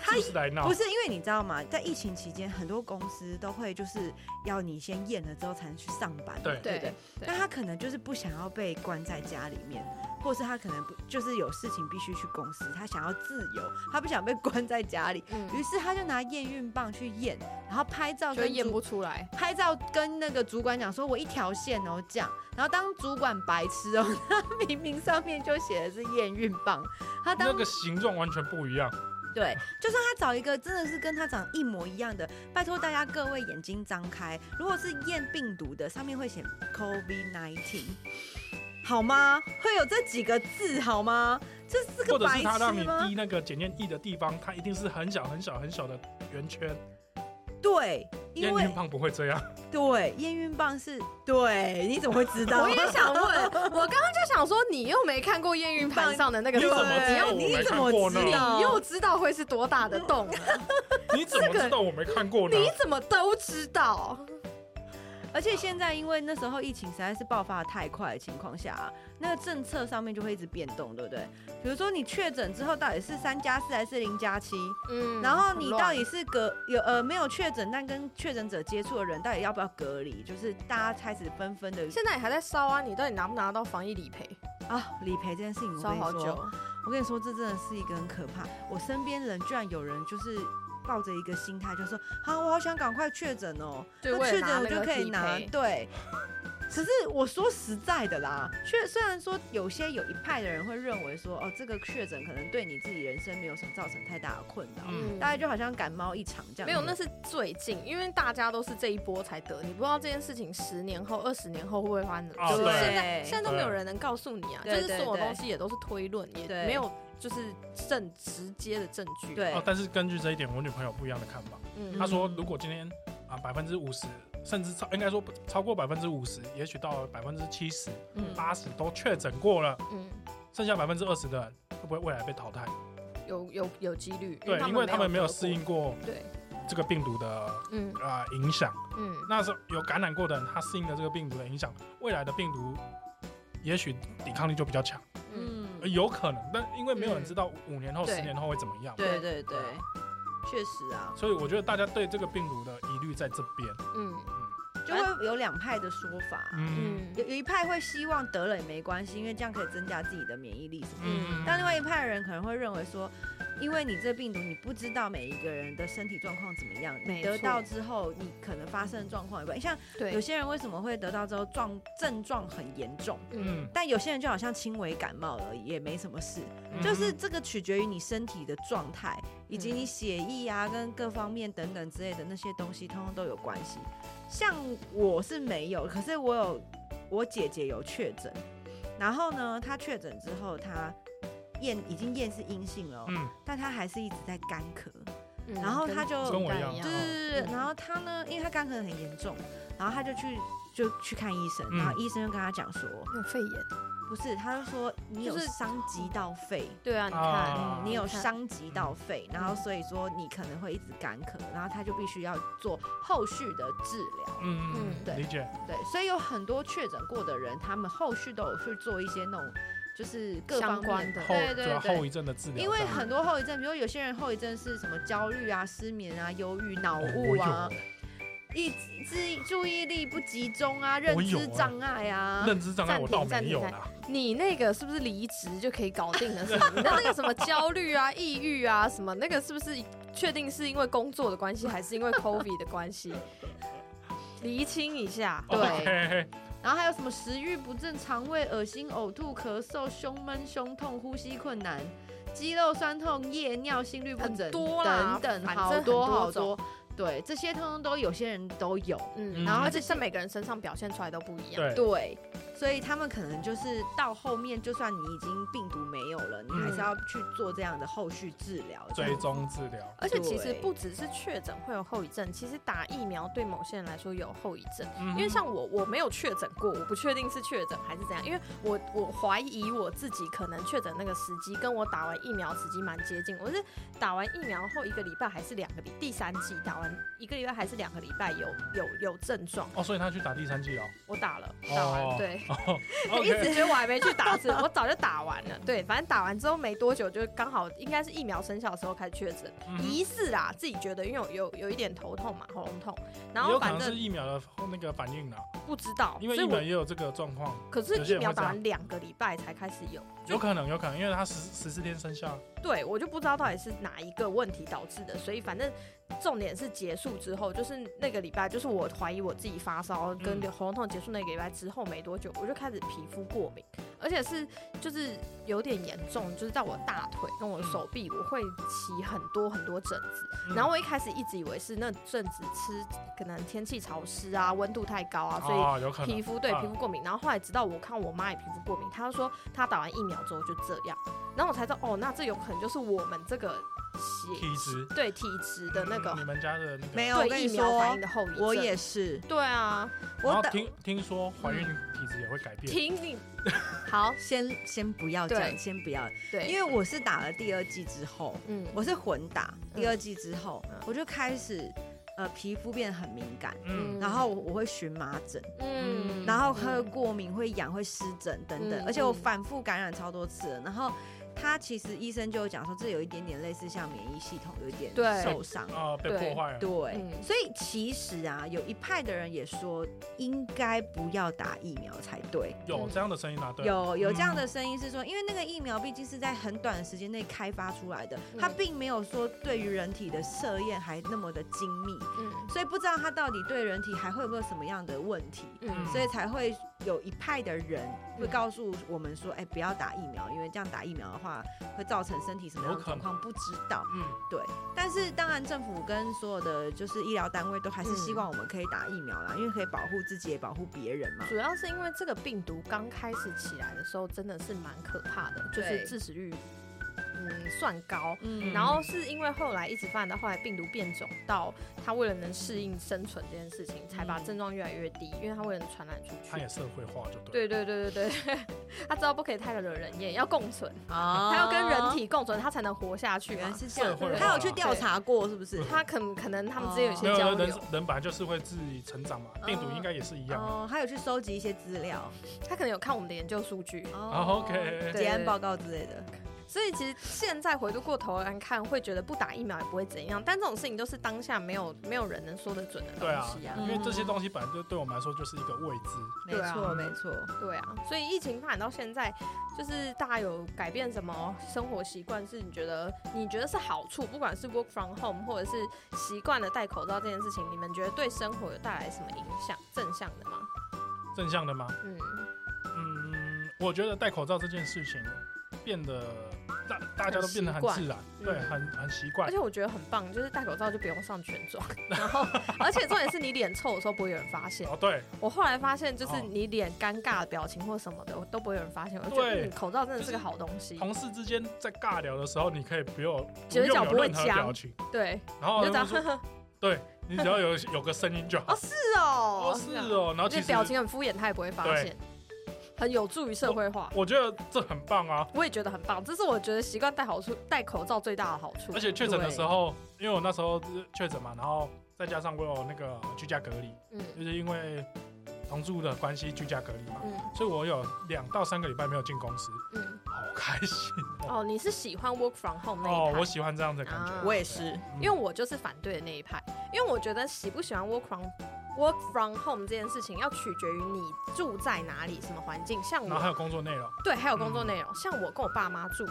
[SPEAKER 2] 他
[SPEAKER 4] 是不是来闹
[SPEAKER 2] 不？是因为你知道吗？在疫情期间，很多公司都会就是要你先验了之后才能去上班嘛，
[SPEAKER 4] 对
[SPEAKER 2] 对不对
[SPEAKER 3] 对。，
[SPEAKER 2] 那他可能就是不想要被关在家里面，或是他可能不就是有事情必须去公司，他想要自由，他不想被关在家里，
[SPEAKER 3] 嗯，
[SPEAKER 2] 于是他就拿验孕棒去验，然后拍照
[SPEAKER 3] 就
[SPEAKER 2] 跟
[SPEAKER 3] 验
[SPEAKER 2] 主
[SPEAKER 3] 不出来，
[SPEAKER 2] 拍照跟那个主管讲说，我一条线哦这样，然后当主管白痴哦， 他明明上面就写的是验孕棒，他当
[SPEAKER 4] 那个形状完全不一样，
[SPEAKER 2] 对，就算他找一个真的是跟他长一模一样的，拜托大家各位眼睛张开，如果是验病毒的，上面会写 COVID nineteen，好吗？会有这几个字好吗？这是
[SPEAKER 4] 或
[SPEAKER 2] 个
[SPEAKER 4] 者
[SPEAKER 2] 白
[SPEAKER 4] 是他让
[SPEAKER 2] 痴
[SPEAKER 4] 你
[SPEAKER 2] 吗
[SPEAKER 4] 滴？那个检验液的地方，它一定是很小很小很小的圆圈。
[SPEAKER 2] 对，因
[SPEAKER 4] 验
[SPEAKER 2] 为
[SPEAKER 4] 孕棒不会这 样，
[SPEAKER 2] 对验孕棒是对，你怎么会知 道？
[SPEAKER 3] 我也想问，我刚刚就想说，你又没看过验孕盘上的那个
[SPEAKER 4] 你怎
[SPEAKER 3] 洞，
[SPEAKER 4] 么知道我
[SPEAKER 2] 你
[SPEAKER 4] 没
[SPEAKER 2] 怎
[SPEAKER 4] 看
[SPEAKER 2] 么
[SPEAKER 4] 过
[SPEAKER 2] 知
[SPEAKER 4] 呢？
[SPEAKER 2] 道
[SPEAKER 3] 你又知道会是多大的洞啊，
[SPEAKER 4] 你怎么知道我没看过呢？
[SPEAKER 3] 你怎么都知道？
[SPEAKER 2] 而且现在因为那时候疫情实在是爆发的太快的情况下、啊，那个政策上面就会一直变动，对不对？比如说你确诊之后到底是三加四还是零加七？
[SPEAKER 3] 嗯
[SPEAKER 2] 然后你到底是隔有呃没有确诊但跟确诊者接触的人，到底要不要隔离？就是大家开始纷纷的
[SPEAKER 3] 现在也还在烧啊？你到底拿不拿到防疫理赔？
[SPEAKER 2] 啊理赔这件事情，我
[SPEAKER 3] 烧
[SPEAKER 2] 跟
[SPEAKER 3] 好
[SPEAKER 2] 你说，
[SPEAKER 3] 久，
[SPEAKER 2] 我跟你说这真的是一个很可怕。我身边人居然有人就是抱着一个心态，就说好我好想赶快确诊哦，
[SPEAKER 3] 对，
[SPEAKER 2] 那
[SPEAKER 3] 为
[SPEAKER 2] 确
[SPEAKER 3] 了
[SPEAKER 2] 诊
[SPEAKER 3] 拿
[SPEAKER 2] 我
[SPEAKER 3] 那
[SPEAKER 2] 就
[SPEAKER 3] 个
[SPEAKER 2] 可以
[SPEAKER 3] 理
[SPEAKER 2] 拿
[SPEAKER 3] 赔，
[SPEAKER 2] 对。可是我说实在的啦，确虽然说有些有一派的人会认为说，哦，这个确诊可能对你自己人生没有什么造成太大的困扰，
[SPEAKER 4] 嗯
[SPEAKER 2] 大概就好像感冒一场这样子。
[SPEAKER 3] 没有，那是最近，因为大家都是这一波才得，你不知道这件事情十年后、二十年后会不会发生。
[SPEAKER 4] 啊
[SPEAKER 3] 就是
[SPEAKER 4] 对
[SPEAKER 3] 现在现在都没有
[SPEAKER 4] 对
[SPEAKER 3] 人能告诉你啊，就
[SPEAKER 2] 对
[SPEAKER 3] 是
[SPEAKER 2] 对
[SPEAKER 3] 所有
[SPEAKER 2] 对
[SPEAKER 3] 东西也都是推论，也
[SPEAKER 2] 对
[SPEAKER 3] 没有就是证直接的证据。
[SPEAKER 2] 对
[SPEAKER 4] 哦，但是根据这一点，我女朋友不一样的看法。
[SPEAKER 3] 嗯，
[SPEAKER 4] 她说，如果今天啊百分之五十，甚至超应该说不超过百分之五十，也许到百分之七十、
[SPEAKER 3] 嗯
[SPEAKER 4] 八十都确诊过了，
[SPEAKER 3] 嗯，
[SPEAKER 4] 剩下百分之二十的人会不会未来被淘汰？
[SPEAKER 3] 有有有几率，
[SPEAKER 4] 对，因为他们没有
[SPEAKER 3] 得
[SPEAKER 4] 适
[SPEAKER 3] 过
[SPEAKER 4] 应。过
[SPEAKER 3] 对，
[SPEAKER 4] 这个病毒的
[SPEAKER 3] 嗯
[SPEAKER 4] 啊影响。
[SPEAKER 3] 嗯，
[SPEAKER 4] 那时候有感染过的人，他适应了这个病毒的影响，未来的病毒也许抵抗力就比较强，
[SPEAKER 3] 嗯，
[SPEAKER 4] 呃
[SPEAKER 2] 嗯，
[SPEAKER 4] 有可能，但因为没有人
[SPEAKER 3] 嗯
[SPEAKER 4] 知道五年后、
[SPEAKER 3] 对
[SPEAKER 4] 十年后会怎么样，
[SPEAKER 2] 对对对，确实啊，
[SPEAKER 4] 所以我觉得大家对这个病毒的疑虑在这边，
[SPEAKER 3] 嗯
[SPEAKER 2] 就会有两派的说法啊、
[SPEAKER 4] 嗯
[SPEAKER 3] 嗯
[SPEAKER 2] 有有一派会希望得了也没关系，因为这样可以增加自己的免疫力什么的。
[SPEAKER 4] 嗯，
[SPEAKER 2] 但另外一派的人可能会认为说，因为你这病毒，你不知道每一个人的身体状况怎么样，你
[SPEAKER 3] 没
[SPEAKER 2] 得
[SPEAKER 3] 错
[SPEAKER 2] 到之后，你可能发生的状况有关。像有
[SPEAKER 3] 对，
[SPEAKER 2] 些人为什么会得到之后状症状很严重，
[SPEAKER 3] 嗯
[SPEAKER 2] 但有些人就好像轻微感冒而已，也没什么事。
[SPEAKER 4] 嗯
[SPEAKER 2] 就是这个取决于你身体的状态，以及
[SPEAKER 3] 嗯
[SPEAKER 2] 你血液啊跟各方面等等之类的那些东西，通通都有关系。像我是没有，可是我有我姐姐有确诊，然后呢，她确诊之后，她验已经验是阴性了哦，
[SPEAKER 4] 嗯，
[SPEAKER 2] 但她还是一直在干咳。
[SPEAKER 3] 嗯
[SPEAKER 2] 然后他就
[SPEAKER 4] 跟我一
[SPEAKER 3] 一
[SPEAKER 4] 样然
[SPEAKER 2] 对
[SPEAKER 4] 后
[SPEAKER 2] 对对对对，
[SPEAKER 3] 嗯
[SPEAKER 2] 然后她呢，因为她干咳很严重，然后她就去就去看医生，
[SPEAKER 4] 嗯
[SPEAKER 2] 然后医生就跟她讲说，
[SPEAKER 3] 有肺炎，
[SPEAKER 2] 不是，他就说你有
[SPEAKER 3] 就是
[SPEAKER 2] 伤及到肺。
[SPEAKER 3] 对啊，你看
[SPEAKER 4] 啊
[SPEAKER 2] 你有
[SPEAKER 3] 看
[SPEAKER 2] 伤及
[SPEAKER 3] 嗯
[SPEAKER 2] 到肺，然后所以说你可能会一直干咳，然后他就必须要做后续的治疗。
[SPEAKER 4] 嗯嗯，
[SPEAKER 2] 对
[SPEAKER 4] 理解，
[SPEAKER 2] 对，所以有很多确诊过的人，他们后续都有去做一些那种就是各方
[SPEAKER 3] 相关
[SPEAKER 2] 面
[SPEAKER 3] 的
[SPEAKER 4] 后
[SPEAKER 2] 对
[SPEAKER 4] 就
[SPEAKER 2] 对
[SPEAKER 4] 后
[SPEAKER 2] 对。
[SPEAKER 4] 遗症的治疗这样，
[SPEAKER 2] 因为很多后遗症，比如有些人后遗症是什么焦虑啊、失眠啊、忧郁、脑
[SPEAKER 4] 哦
[SPEAKER 2] 雾啊，，意志注意力不集中啊、认
[SPEAKER 4] 我有
[SPEAKER 2] 知
[SPEAKER 4] 啊
[SPEAKER 2] 障碍
[SPEAKER 4] 我
[SPEAKER 2] 啊
[SPEAKER 4] 有。认知障碍我倒
[SPEAKER 3] 暂
[SPEAKER 4] 没
[SPEAKER 3] 停
[SPEAKER 4] 有
[SPEAKER 3] 暂停
[SPEAKER 4] 啦，
[SPEAKER 3] 你那个是不是离职就可以搞定了？是不是？那那个什么焦虑啊、抑郁啊什么，那个是不是确定是因为工作的关系，还是因为 COVID 的关系？ 厘清一下，
[SPEAKER 2] 对
[SPEAKER 4] OK，
[SPEAKER 2] 然后还有什么食欲不振、肠胃恶心、呕吐、咳嗽、胸闷、胸痛、呼吸困难、肌肉酸痛、夜尿、心律不整
[SPEAKER 3] 很多啦
[SPEAKER 2] 等等，
[SPEAKER 3] 反正
[SPEAKER 2] 好多
[SPEAKER 3] 很多
[SPEAKER 2] 好多。
[SPEAKER 5] 对，这些通通都有些人都有。
[SPEAKER 3] 嗯，
[SPEAKER 5] 然后
[SPEAKER 3] 而
[SPEAKER 5] 这
[SPEAKER 3] 且
[SPEAKER 5] 些
[SPEAKER 3] 是每个人身上表现出来都不一
[SPEAKER 4] 对，
[SPEAKER 3] 样。
[SPEAKER 5] 对，所以他们可能就是到后面，就算你已经病毒没有了，你还是要去做这样的后续治疗。这
[SPEAKER 4] 追
[SPEAKER 5] 样
[SPEAKER 4] 踪治疗，
[SPEAKER 3] 而且其实
[SPEAKER 5] 对
[SPEAKER 3] 不只是确诊会有后遗症，其实打疫苗对某些人来说有后遗症。
[SPEAKER 4] 因
[SPEAKER 3] 因为像我，我没有确诊过，我不确定是确诊还是怎样，因为我我怀疑我自己可能确诊那个时机跟我打完疫苗时机蛮接近。我是打完疫苗后一个礼拜还是两个礼，第三季打完一个礼拜还是两个礼拜有有有症状，
[SPEAKER 4] 哦，所以他去打第三剂哦，
[SPEAKER 3] 我打了，打完、
[SPEAKER 4] 哦
[SPEAKER 3] 对，我 一
[SPEAKER 4] OK，
[SPEAKER 3] 直觉得我还没去打 针，我早就打完了。对，反正打完之后没多久，就刚好应该是疫苗生效的时候开始确诊，
[SPEAKER 4] 嗯哼
[SPEAKER 3] 疑似啦，自己觉得因为有有有一点头痛嘛，喉咙痛，
[SPEAKER 4] 也
[SPEAKER 3] 然后
[SPEAKER 4] 有可
[SPEAKER 3] 反
[SPEAKER 4] 能是
[SPEAKER 3] 正
[SPEAKER 4] 疫苗的那个反应啊，
[SPEAKER 3] 不知道，
[SPEAKER 4] 因为
[SPEAKER 3] 所
[SPEAKER 4] 疫
[SPEAKER 3] 以
[SPEAKER 4] 苗
[SPEAKER 3] 我
[SPEAKER 4] 也有这个状况，
[SPEAKER 3] 可是
[SPEAKER 4] 有些人
[SPEAKER 3] 疫苗
[SPEAKER 4] 会这
[SPEAKER 3] 打
[SPEAKER 4] 样
[SPEAKER 3] 完两个礼拜才开始有，
[SPEAKER 4] 有可能，有可能，因为他十十四天生效，
[SPEAKER 3] 对我就不知道到底是哪一个问题导致的，所以反正重点是结束之后，就是那个礼拜，就是我怀疑我自己发烧跟
[SPEAKER 4] 嗯
[SPEAKER 3] 喉咙痛结束那个礼拜之后没多久，我就开始皮肤过敏，而且是就是有点严重，就是在我大腿跟我手臂，我会起很多很多疹子。
[SPEAKER 4] 嗯
[SPEAKER 3] 然后我一开始一直以为是那阵子吃可能天气潮湿啊，温度太高啊，所以
[SPEAKER 4] 哦有可能
[SPEAKER 3] 皮肤对
[SPEAKER 4] 啊
[SPEAKER 3] 皮肤过敏，然后后来直到我看我妈也皮肤过敏，她就说她打完疫苗之后就这样，然后我才知道哦，那这有可能就是我们这个
[SPEAKER 4] 体
[SPEAKER 3] 血
[SPEAKER 4] 质
[SPEAKER 3] 对体质的那个
[SPEAKER 4] 嗯你们家的那个
[SPEAKER 2] 没有，我跟
[SPEAKER 3] 对
[SPEAKER 2] 你
[SPEAKER 3] 疫苗反
[SPEAKER 2] 说
[SPEAKER 3] 应，的后遗症。
[SPEAKER 2] 我也是，
[SPEAKER 3] 对啊，
[SPEAKER 4] 然
[SPEAKER 2] 我
[SPEAKER 4] 后
[SPEAKER 2] 打
[SPEAKER 4] 听听说怀孕体质也会改变，
[SPEAKER 3] 嗯听 你好
[SPEAKER 2] 先先不要
[SPEAKER 3] 对
[SPEAKER 2] 讲，先不要，
[SPEAKER 3] 对，
[SPEAKER 2] 因为我是打了第二季之后，
[SPEAKER 3] 嗯
[SPEAKER 2] 我是混打，
[SPEAKER 3] 嗯
[SPEAKER 2] 第二季之后
[SPEAKER 3] 嗯
[SPEAKER 2] 我就开始呃皮肤变得很敏感，
[SPEAKER 4] 嗯，
[SPEAKER 2] 然后我我会荨麻疹，
[SPEAKER 3] 嗯
[SPEAKER 2] 然后还有过敏会痒会湿疹等等
[SPEAKER 3] 嗯，
[SPEAKER 2] 而且我
[SPEAKER 3] 嗯
[SPEAKER 2] 反复感染超多次了，然后。他其实医生就有讲说，这有一点点类似像免疫系统有一点
[SPEAKER 3] 嗯对哦
[SPEAKER 2] 受伤，
[SPEAKER 4] 啊被破坏了，
[SPEAKER 2] 对，
[SPEAKER 3] 嗯
[SPEAKER 2] 所以其实啊，有一派的人也说，应该不要打疫苗才对。
[SPEAKER 4] 有这样的声音啊，对，
[SPEAKER 2] 有
[SPEAKER 3] 嗯
[SPEAKER 2] 有这样的声音是说，因为那个疫苗毕竟是在很短的时间内开发出来的，它
[SPEAKER 3] 嗯
[SPEAKER 2] 并没有说对于人体的测验还那么的精密，
[SPEAKER 3] 嗯
[SPEAKER 2] 所以不知道它到底对人体还会有没有什么样的问题。
[SPEAKER 3] 嗯
[SPEAKER 2] 所以才会有一派的人会
[SPEAKER 3] 嗯
[SPEAKER 2] 告诉我们说，哎、不要打疫苗，因为这样打疫苗的话会造成身体什么样
[SPEAKER 4] 有
[SPEAKER 2] 的
[SPEAKER 4] 可
[SPEAKER 2] 状
[SPEAKER 4] 能
[SPEAKER 2] 况不知道。
[SPEAKER 4] 嗯，
[SPEAKER 2] 对，但是当然，政府跟所有的就是医疗单位都还是
[SPEAKER 3] 嗯
[SPEAKER 2] 希望我们可以打疫苗啦，因为可以保护自己，也保护别人嘛。
[SPEAKER 3] 主要是因为这个病毒刚开始起来的时候真的是蛮可怕的，就是
[SPEAKER 2] 对
[SPEAKER 3] 致死率嗯算高，
[SPEAKER 2] 嗯
[SPEAKER 3] 然后是因为后来一直发展到后来病毒变种，到它为了能适应生存这件事情，才把
[SPEAKER 2] 嗯
[SPEAKER 3] 症状越来越低，因为它为了传染出
[SPEAKER 4] 他也
[SPEAKER 3] 去。
[SPEAKER 4] 社会化就对，
[SPEAKER 3] 对对对对对， 他知道不可以太惹人厌，要共存，
[SPEAKER 2] 哦
[SPEAKER 3] 他要跟人体共存，他才能活下去
[SPEAKER 2] 原来
[SPEAKER 3] 嘛。
[SPEAKER 2] 是这样
[SPEAKER 4] 社会，
[SPEAKER 2] 他
[SPEAKER 4] 化
[SPEAKER 2] 有去调查过是不是？
[SPEAKER 3] 他可能可能他们之间有一
[SPEAKER 4] 哦没
[SPEAKER 3] 些交
[SPEAKER 4] 有人
[SPEAKER 3] 流，哦
[SPEAKER 4] 人本来就是会自己成长嘛，病毒应该也是一样啊，
[SPEAKER 2] 哦，他有去收集一些资料，
[SPEAKER 3] 他可能有看我们的研究数据，
[SPEAKER 2] 哦
[SPEAKER 4] 嗯啊 OK
[SPEAKER 2] 结案报告之类的。
[SPEAKER 3] 所以其实现在回过头来看，会觉得不打疫苗也不会怎样，但这种事情都是当下没有没有人能说得准的东
[SPEAKER 4] 对啊
[SPEAKER 3] 西啊，
[SPEAKER 2] 嗯
[SPEAKER 4] 因为这些东西本来就对我们来说就是一个未知，
[SPEAKER 2] 没
[SPEAKER 3] 对啊
[SPEAKER 2] 错，没错。
[SPEAKER 3] 对啊，所以疫情发展到现在，就是大家有改变什么生活习惯？是你觉得你觉得是好处，不管是 work from home 或者是习惯了戴口罩这件事情，你们觉得对生活有带来什么影响？正向的吗？
[SPEAKER 4] 正向的吗？
[SPEAKER 3] 嗯
[SPEAKER 4] 嗯，我觉得戴口罩这件事情变得大，大家都变得很
[SPEAKER 3] 很习
[SPEAKER 4] 自然，
[SPEAKER 3] 嗯
[SPEAKER 4] 对，很很习
[SPEAKER 3] 而
[SPEAKER 4] 惯
[SPEAKER 3] 且。我觉得很棒，就是戴口罩就不用上全妆，然后而且重点是你脸臭的时候不会有人发现。
[SPEAKER 4] 哦，对，
[SPEAKER 3] 我后来发现，就是
[SPEAKER 4] 哦
[SPEAKER 3] 你脸尴尬的表情或什么的，我都不会有人发现。我就觉得
[SPEAKER 4] 对
[SPEAKER 3] 嗯口罩真的是个好东西，
[SPEAKER 4] 同事之间在尬聊的时候，你可以不用不
[SPEAKER 3] 觉
[SPEAKER 4] 用
[SPEAKER 3] 得脚不
[SPEAKER 4] 有
[SPEAKER 3] 会
[SPEAKER 4] 任何
[SPEAKER 3] 僵
[SPEAKER 4] 表情，
[SPEAKER 3] 对，
[SPEAKER 4] 哦然后
[SPEAKER 3] 你就
[SPEAKER 4] 他
[SPEAKER 3] 打
[SPEAKER 4] 们说对你只要有有个声音就好
[SPEAKER 3] 哦。 是哦
[SPEAKER 4] 哦，是哦，然后其
[SPEAKER 3] 这
[SPEAKER 4] 实
[SPEAKER 3] 表情很敷衍，他也不会发
[SPEAKER 4] 对
[SPEAKER 3] 现，很有助于社会化。
[SPEAKER 4] 我觉得这很棒啊，
[SPEAKER 3] 我也觉得很棒，这是我觉得习惯戴好处戴口罩最大的好处
[SPEAKER 4] 而。且确诊的时候，因为我那时候是确诊嘛，然后再加上我有那个居家隔离，
[SPEAKER 3] 嗯
[SPEAKER 4] 就是因为同住的关系居家隔离嘛，
[SPEAKER 3] 嗯
[SPEAKER 4] 所以我有两到三个礼拜没有进公司，
[SPEAKER 3] 嗯。
[SPEAKER 4] 好开心哦！
[SPEAKER 3] 哦，你是喜欢 work from home 那
[SPEAKER 4] 哦
[SPEAKER 3] 一，派，
[SPEAKER 4] 我喜欢这样的感觉，
[SPEAKER 3] 啊
[SPEAKER 2] 我也是，
[SPEAKER 3] 因为我就是反对的那一派，因为我觉得喜不喜欢 work from work from home 这件事情要取决于你住在哪里、什么环境。像
[SPEAKER 4] 然后还嗯
[SPEAKER 3] 我
[SPEAKER 4] 有工作内容，
[SPEAKER 3] 对，还有工作内容，像我跟我爸妈住，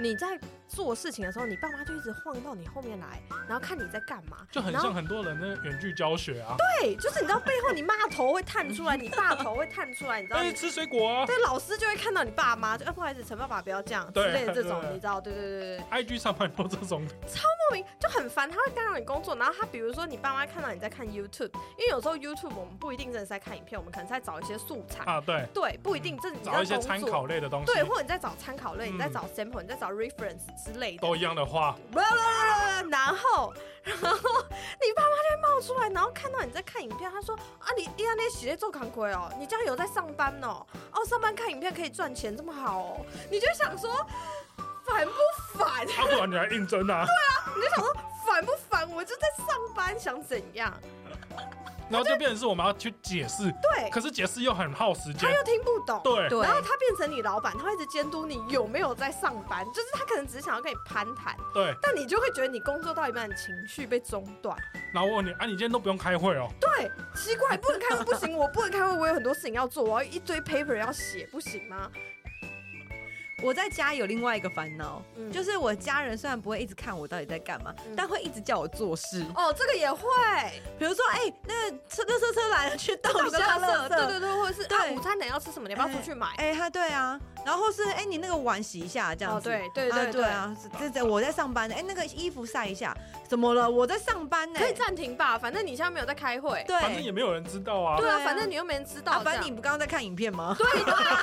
[SPEAKER 3] 你在做事情的时候，你爸妈就一直晃到你后面来，然后看你在干嘛，
[SPEAKER 4] 就很
[SPEAKER 3] 然后
[SPEAKER 4] 像很多人的远距教学啊，
[SPEAKER 3] 对，就是你知道背后你妈头会探出来，你爸头会探出来，你知道
[SPEAKER 4] 哎，
[SPEAKER 3] 你。
[SPEAKER 4] 吃水果啊
[SPEAKER 3] 对，老师就会看到你爸妈，就哎，不好意思，陈爸爸不要这样之
[SPEAKER 4] 对
[SPEAKER 3] 类的这种，
[SPEAKER 4] 对
[SPEAKER 3] 你知道？对对对对，
[SPEAKER 4] ，IG 上蛮多这种，
[SPEAKER 3] 莫名就很烦，他会干扰你工作。然后他比如说你爸妈看到你在看 YouTube，因为有时候 YouTube 我们不一定真的是在看影片，我们可能是在找一些素材，
[SPEAKER 4] 啊，对，
[SPEAKER 3] 对，不一定这是你在
[SPEAKER 4] 找一些
[SPEAKER 3] 工作
[SPEAKER 4] 参考类的东西，
[SPEAKER 3] 对，或者你在找参考类，
[SPEAKER 4] 嗯
[SPEAKER 3] 你在找 sample，你在找 reference 之类的。
[SPEAKER 4] 都一样的话，
[SPEAKER 3] 然后，然后你爸妈就会冒出来，然后看到你在看影片，他说：“啊，你你那洗在做扛鬼哦，你家有在上班哦，哦，上班看影片可以赚钱，这么好哦。”你就想说，烦不烦？
[SPEAKER 4] 啊，不然你来应征啊，
[SPEAKER 3] 你就想说，烦不烦？我就在上班，想怎样？
[SPEAKER 4] 然后就变成是我们要去解释，
[SPEAKER 3] 对，
[SPEAKER 4] 可是解释又很耗时间
[SPEAKER 3] 他，又听不懂。
[SPEAKER 4] 对，
[SPEAKER 3] 然后他变成你老板，他会一直监督你有没有在上班，就是他可能只是想要跟你攀谈，
[SPEAKER 4] 对，
[SPEAKER 3] 但你就会觉得你工作到一半情绪被中断。
[SPEAKER 4] 然后我问你，啊，你今天都不用开会哦，
[SPEAKER 3] 对，奇怪，不能开会不行，我不能开会，我有很多事情要做，我要一堆 paper 要写，不行吗？
[SPEAKER 2] 我在家有另外一个烦恼，
[SPEAKER 3] 嗯，
[SPEAKER 2] 就是我家人虽然不会一直看我到底在干嘛，
[SPEAKER 3] 嗯
[SPEAKER 2] 但会一直叫我做事。
[SPEAKER 3] 哦，这个也会，
[SPEAKER 2] 比如说，哎、那个车车车车来 了，去倒
[SPEAKER 3] 到
[SPEAKER 2] 一下垃圾。
[SPEAKER 3] 对对对，或者是啊，
[SPEAKER 2] 对
[SPEAKER 3] 午餐等要吃什么，你要不要出去买？
[SPEAKER 2] 哎、他对啊，然后或是哎、你那个碗洗一下这样
[SPEAKER 3] 哦，
[SPEAKER 2] 子。
[SPEAKER 3] 对对对
[SPEAKER 2] 啊对，啊，这这我在上班呢。哎、那个衣服晒一下，怎么了？我在上班呢、
[SPEAKER 3] 可以暂停吧，反正你现在没有在开会。
[SPEAKER 2] 哎对，
[SPEAKER 4] 反正也没有人知道啊，
[SPEAKER 3] 对
[SPEAKER 2] 对
[SPEAKER 3] 啊，
[SPEAKER 2] 啊
[SPEAKER 3] 反正你又没人知道
[SPEAKER 2] 啊，
[SPEAKER 3] 这
[SPEAKER 2] 反
[SPEAKER 3] 样。
[SPEAKER 2] 正你不刚刚在看影片吗？
[SPEAKER 3] 对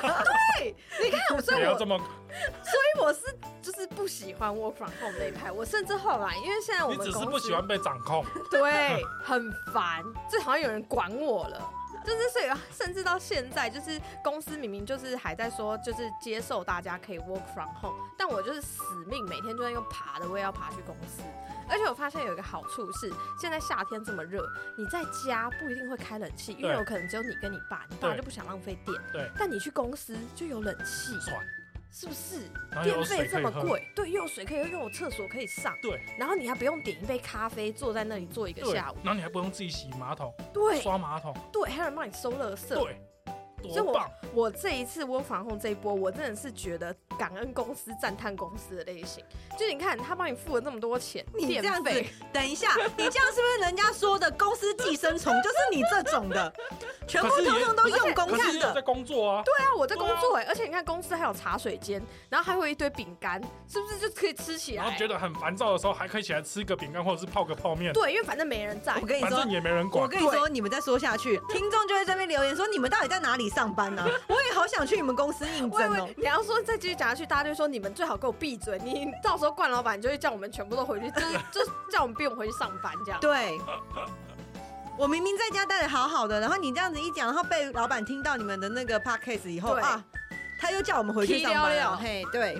[SPEAKER 3] 对对，你看，所以
[SPEAKER 4] 不
[SPEAKER 3] 我
[SPEAKER 4] 要这么，
[SPEAKER 3] 所以我是就是不喜欢 work from home 那一派，我甚至后来，因为现在我
[SPEAKER 4] 你
[SPEAKER 3] 们
[SPEAKER 4] 只
[SPEAKER 3] 公
[SPEAKER 4] 是
[SPEAKER 3] 司
[SPEAKER 4] 不喜欢被掌控，
[SPEAKER 3] 对，很烦，就好像有人管我了。就是所以，啊甚至到现在，就是公司明明就是还在说，就是接受大家可以 work from home，但我就是死命每天就在用爬的，我也要爬去公司。而且我发现有一个好处是，现在夏天这么热，你在家不一定会开冷气，因为
[SPEAKER 4] 对
[SPEAKER 3] 有可能只有你跟你爸，你爸
[SPEAKER 4] 对
[SPEAKER 3] 就不想浪费电。
[SPEAKER 4] 对。
[SPEAKER 3] 但你去公司就有冷气，
[SPEAKER 4] 爽，
[SPEAKER 3] 是不是？
[SPEAKER 4] 然后又
[SPEAKER 3] 电
[SPEAKER 4] 有
[SPEAKER 3] 费
[SPEAKER 4] 水
[SPEAKER 3] 这
[SPEAKER 4] 可以
[SPEAKER 3] 么
[SPEAKER 4] 喝，
[SPEAKER 3] 贵，对，又有水可以喝，又有厕所可以上，
[SPEAKER 4] 对，
[SPEAKER 3] 然后你还不用点一杯咖啡，坐在那里坐一个
[SPEAKER 4] 对，
[SPEAKER 3] 下午，
[SPEAKER 4] 然后你还不用自己洗马桶、
[SPEAKER 3] 对
[SPEAKER 4] 刷马桶，
[SPEAKER 3] 对，还有人帮你收垃圾。
[SPEAKER 4] 对，
[SPEAKER 3] 所以
[SPEAKER 4] 多
[SPEAKER 3] 我
[SPEAKER 4] 棒！
[SPEAKER 3] 我这一次窝防控这一波，我真的是觉得感恩公司、赞叹公司的类型。就你看，他帮你付了那么多钱，
[SPEAKER 2] 你
[SPEAKER 3] 电
[SPEAKER 2] 这样子
[SPEAKER 3] 费，
[SPEAKER 2] 等一下，你这样是不是人家说的公司寄生虫？就是你这种的，全部
[SPEAKER 4] 可是也
[SPEAKER 2] 通通都用公
[SPEAKER 4] 可是
[SPEAKER 2] 看
[SPEAKER 4] 也有
[SPEAKER 2] 的
[SPEAKER 4] 在。工作啊，对，
[SPEAKER 3] 对啊，我在工作哎、而且你看公司还有茶水间，然后还会有一堆饼干，是不是就可以吃起
[SPEAKER 4] 然后
[SPEAKER 3] 来
[SPEAKER 4] 觉？得很烦躁的时候，还可以起来吃个饼干或者是泡个泡面，
[SPEAKER 3] 对，因为反正没人在
[SPEAKER 2] 我。跟你
[SPEAKER 4] 反
[SPEAKER 2] 说
[SPEAKER 4] 正，也没人
[SPEAKER 2] 我
[SPEAKER 4] 管。
[SPEAKER 2] 跟你说，你们再说下去，听众就会在那边留言说你们到底在哪里上班呢、我也好想去你们公司应
[SPEAKER 3] 我以
[SPEAKER 2] 征
[SPEAKER 3] 为
[SPEAKER 2] 哦。
[SPEAKER 3] 你要说再继续讲下去，大家就会说你们最好给我闭嘴。你到时候冠老板就会叫我们全部都回去， 就是就是叫我们逼我们回去上班这样。
[SPEAKER 2] 对，我明明在家待的好好的，然后你这样子一讲，然后被老板听到你们的那个 podcast 以后
[SPEAKER 3] 对
[SPEAKER 2] 啊，他又叫我们回去上班
[SPEAKER 3] 踢了了
[SPEAKER 2] 了。嘿，对，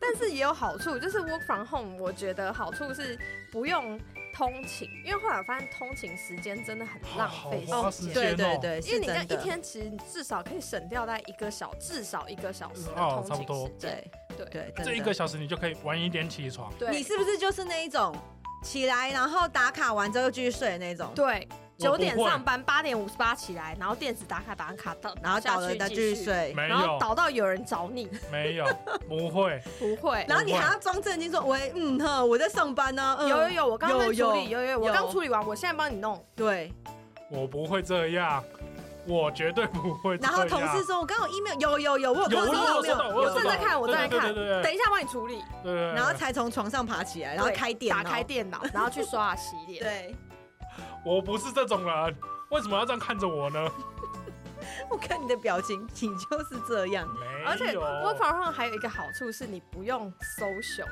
[SPEAKER 3] 但是也有好处，就是 work from home，我觉得好处是不用通勤，因为后来我发现通勤时间真的很浪费
[SPEAKER 4] 好花
[SPEAKER 3] 时
[SPEAKER 4] 时间
[SPEAKER 3] 间。
[SPEAKER 2] 对
[SPEAKER 4] 天
[SPEAKER 2] 对
[SPEAKER 4] 哦
[SPEAKER 2] 对，
[SPEAKER 3] 因为
[SPEAKER 2] 是
[SPEAKER 3] 你这样
[SPEAKER 2] 真
[SPEAKER 3] 一
[SPEAKER 2] 的。
[SPEAKER 3] 天，其实你至少可以省掉大概一个小，至少一个小时的
[SPEAKER 4] 哦
[SPEAKER 3] 通
[SPEAKER 4] 差不
[SPEAKER 3] 勤
[SPEAKER 4] 多
[SPEAKER 3] 时间。对
[SPEAKER 2] 对对，
[SPEAKER 4] 这
[SPEAKER 2] 真
[SPEAKER 4] 一
[SPEAKER 2] 的
[SPEAKER 4] 个小时你就可以晚一点起床，
[SPEAKER 3] 对，
[SPEAKER 2] 你是不是就是那一种起来然后打卡完之后又继续睡的那种？
[SPEAKER 3] 对九点
[SPEAKER 4] 我不会
[SPEAKER 3] 上班，八点五十八起来，然后电子打卡打完卡到，
[SPEAKER 2] 然后
[SPEAKER 3] 下
[SPEAKER 2] 倒了
[SPEAKER 3] 去
[SPEAKER 2] 再
[SPEAKER 3] 继
[SPEAKER 2] 继续，睡，
[SPEAKER 4] 没
[SPEAKER 3] 然后
[SPEAKER 4] 有
[SPEAKER 3] 倒到有人找你，
[SPEAKER 4] 没有不会，
[SPEAKER 3] 不会。
[SPEAKER 2] 然后你还要装正经说喂，嗯哼，我在上班呢、嗯，
[SPEAKER 3] 有
[SPEAKER 4] 呃
[SPEAKER 3] 有有，我刚刚在处理，
[SPEAKER 2] 有
[SPEAKER 3] 有有有，我刚
[SPEAKER 2] 有
[SPEAKER 3] 处理完，我现在帮你弄。
[SPEAKER 2] 对，
[SPEAKER 4] 我不会这样，我绝对不会这
[SPEAKER 2] 然
[SPEAKER 4] 样。
[SPEAKER 2] 后同事说我刚刚有 email，有有有，我有
[SPEAKER 4] 有
[SPEAKER 2] 看到
[SPEAKER 4] 我有
[SPEAKER 2] 没有
[SPEAKER 4] 收到，我有
[SPEAKER 3] 我
[SPEAKER 4] 收
[SPEAKER 3] 正
[SPEAKER 4] 到嗯
[SPEAKER 3] 在看，我正在
[SPEAKER 4] 对
[SPEAKER 3] 看，
[SPEAKER 4] 对对对对
[SPEAKER 3] 等一下帮你处理。
[SPEAKER 4] 对对对，
[SPEAKER 2] 然后才从床上爬起来，然后
[SPEAKER 3] 对
[SPEAKER 2] 开哦电脑，
[SPEAKER 3] 打开 电脑，然后去刷牙洗脸。
[SPEAKER 2] 对，
[SPEAKER 4] 我不是这种人，为什么要这样看着我呢？
[SPEAKER 2] 我看你的表情，你就是这样。
[SPEAKER 4] 没有，
[SPEAKER 3] 而且 work from home 还有一个好处是你不用 social，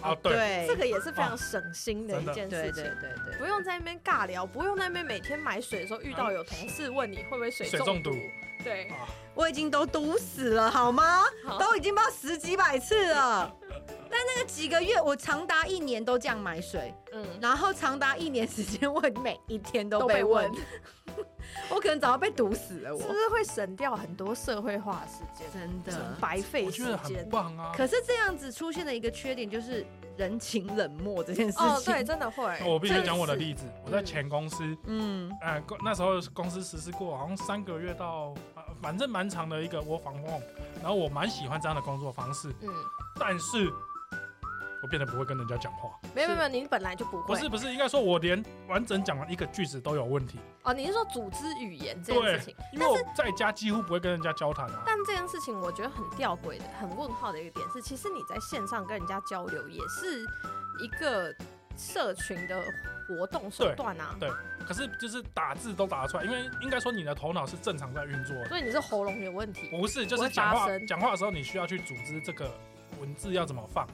[SPEAKER 4] 啊，对，
[SPEAKER 2] 对，
[SPEAKER 3] 这个也是非常省心的
[SPEAKER 4] 哦
[SPEAKER 3] 一件
[SPEAKER 2] 对
[SPEAKER 3] 事
[SPEAKER 2] 对
[SPEAKER 3] 情。
[SPEAKER 2] 对对，
[SPEAKER 3] 不用在那边尬聊，不用在那边每天买水的时候遇到有同事问你会不会水
[SPEAKER 4] 水
[SPEAKER 3] 中
[SPEAKER 4] 中
[SPEAKER 3] 毒
[SPEAKER 4] 毒，
[SPEAKER 3] 对，
[SPEAKER 2] 我已经都毒死了好吗？
[SPEAKER 3] 好
[SPEAKER 2] 都已经不知道十几百次了。 但那个几个月，我长达一年都这样买水，
[SPEAKER 3] 嗯，
[SPEAKER 2] 然后长达一年时间，我每一天都
[SPEAKER 3] 都
[SPEAKER 2] 被
[SPEAKER 3] 被
[SPEAKER 2] 问
[SPEAKER 3] 问，，
[SPEAKER 2] 我可能早要被毒死了
[SPEAKER 3] 是
[SPEAKER 2] 我
[SPEAKER 3] 不。是会省掉很多社会化的时间，
[SPEAKER 2] 真的。
[SPEAKER 3] 白费
[SPEAKER 4] 我
[SPEAKER 3] 时
[SPEAKER 4] 觉得很
[SPEAKER 3] 间？
[SPEAKER 4] 棒啊。
[SPEAKER 2] 可是这样子出现的一个缺点就是，人情冷漠这件事情。
[SPEAKER 3] 哦，对，真的会。
[SPEAKER 4] 我必须讲我的
[SPEAKER 3] 这个是
[SPEAKER 4] 例子，我在前公司，
[SPEAKER 2] 嗯，
[SPEAKER 4] 呃，公那时候公司实施过，好像三个月到，呃反正蛮长的一个 work from home，然后我蛮喜欢这样的工作方式，
[SPEAKER 3] 嗯，
[SPEAKER 4] 但是我变得不会跟人家讲话，
[SPEAKER 3] 没有没有没有，你本来就不
[SPEAKER 4] 不
[SPEAKER 3] 会。
[SPEAKER 4] 是不是，应该说我连完整讲完一个句子都有问题，
[SPEAKER 3] 哦，你是说组织语言这件事情？
[SPEAKER 4] 因为我在家几乎不会跟人家交谈啊。
[SPEAKER 3] 但这件事情我觉得很吊诡的、很问号的一个点是，其实你在线上跟人家交流也是一个社群的活动手段啊。
[SPEAKER 4] 可是就是打字都打得出来，因为应该说你的头脑是正常在运作的，
[SPEAKER 3] 所以你是喉咙有问题
[SPEAKER 4] 不是就
[SPEAKER 3] 不
[SPEAKER 4] 是
[SPEAKER 3] 会
[SPEAKER 4] 讲
[SPEAKER 3] 发
[SPEAKER 4] 话
[SPEAKER 3] 声
[SPEAKER 4] 讲话的时候你需要去组织这个文字要怎么放，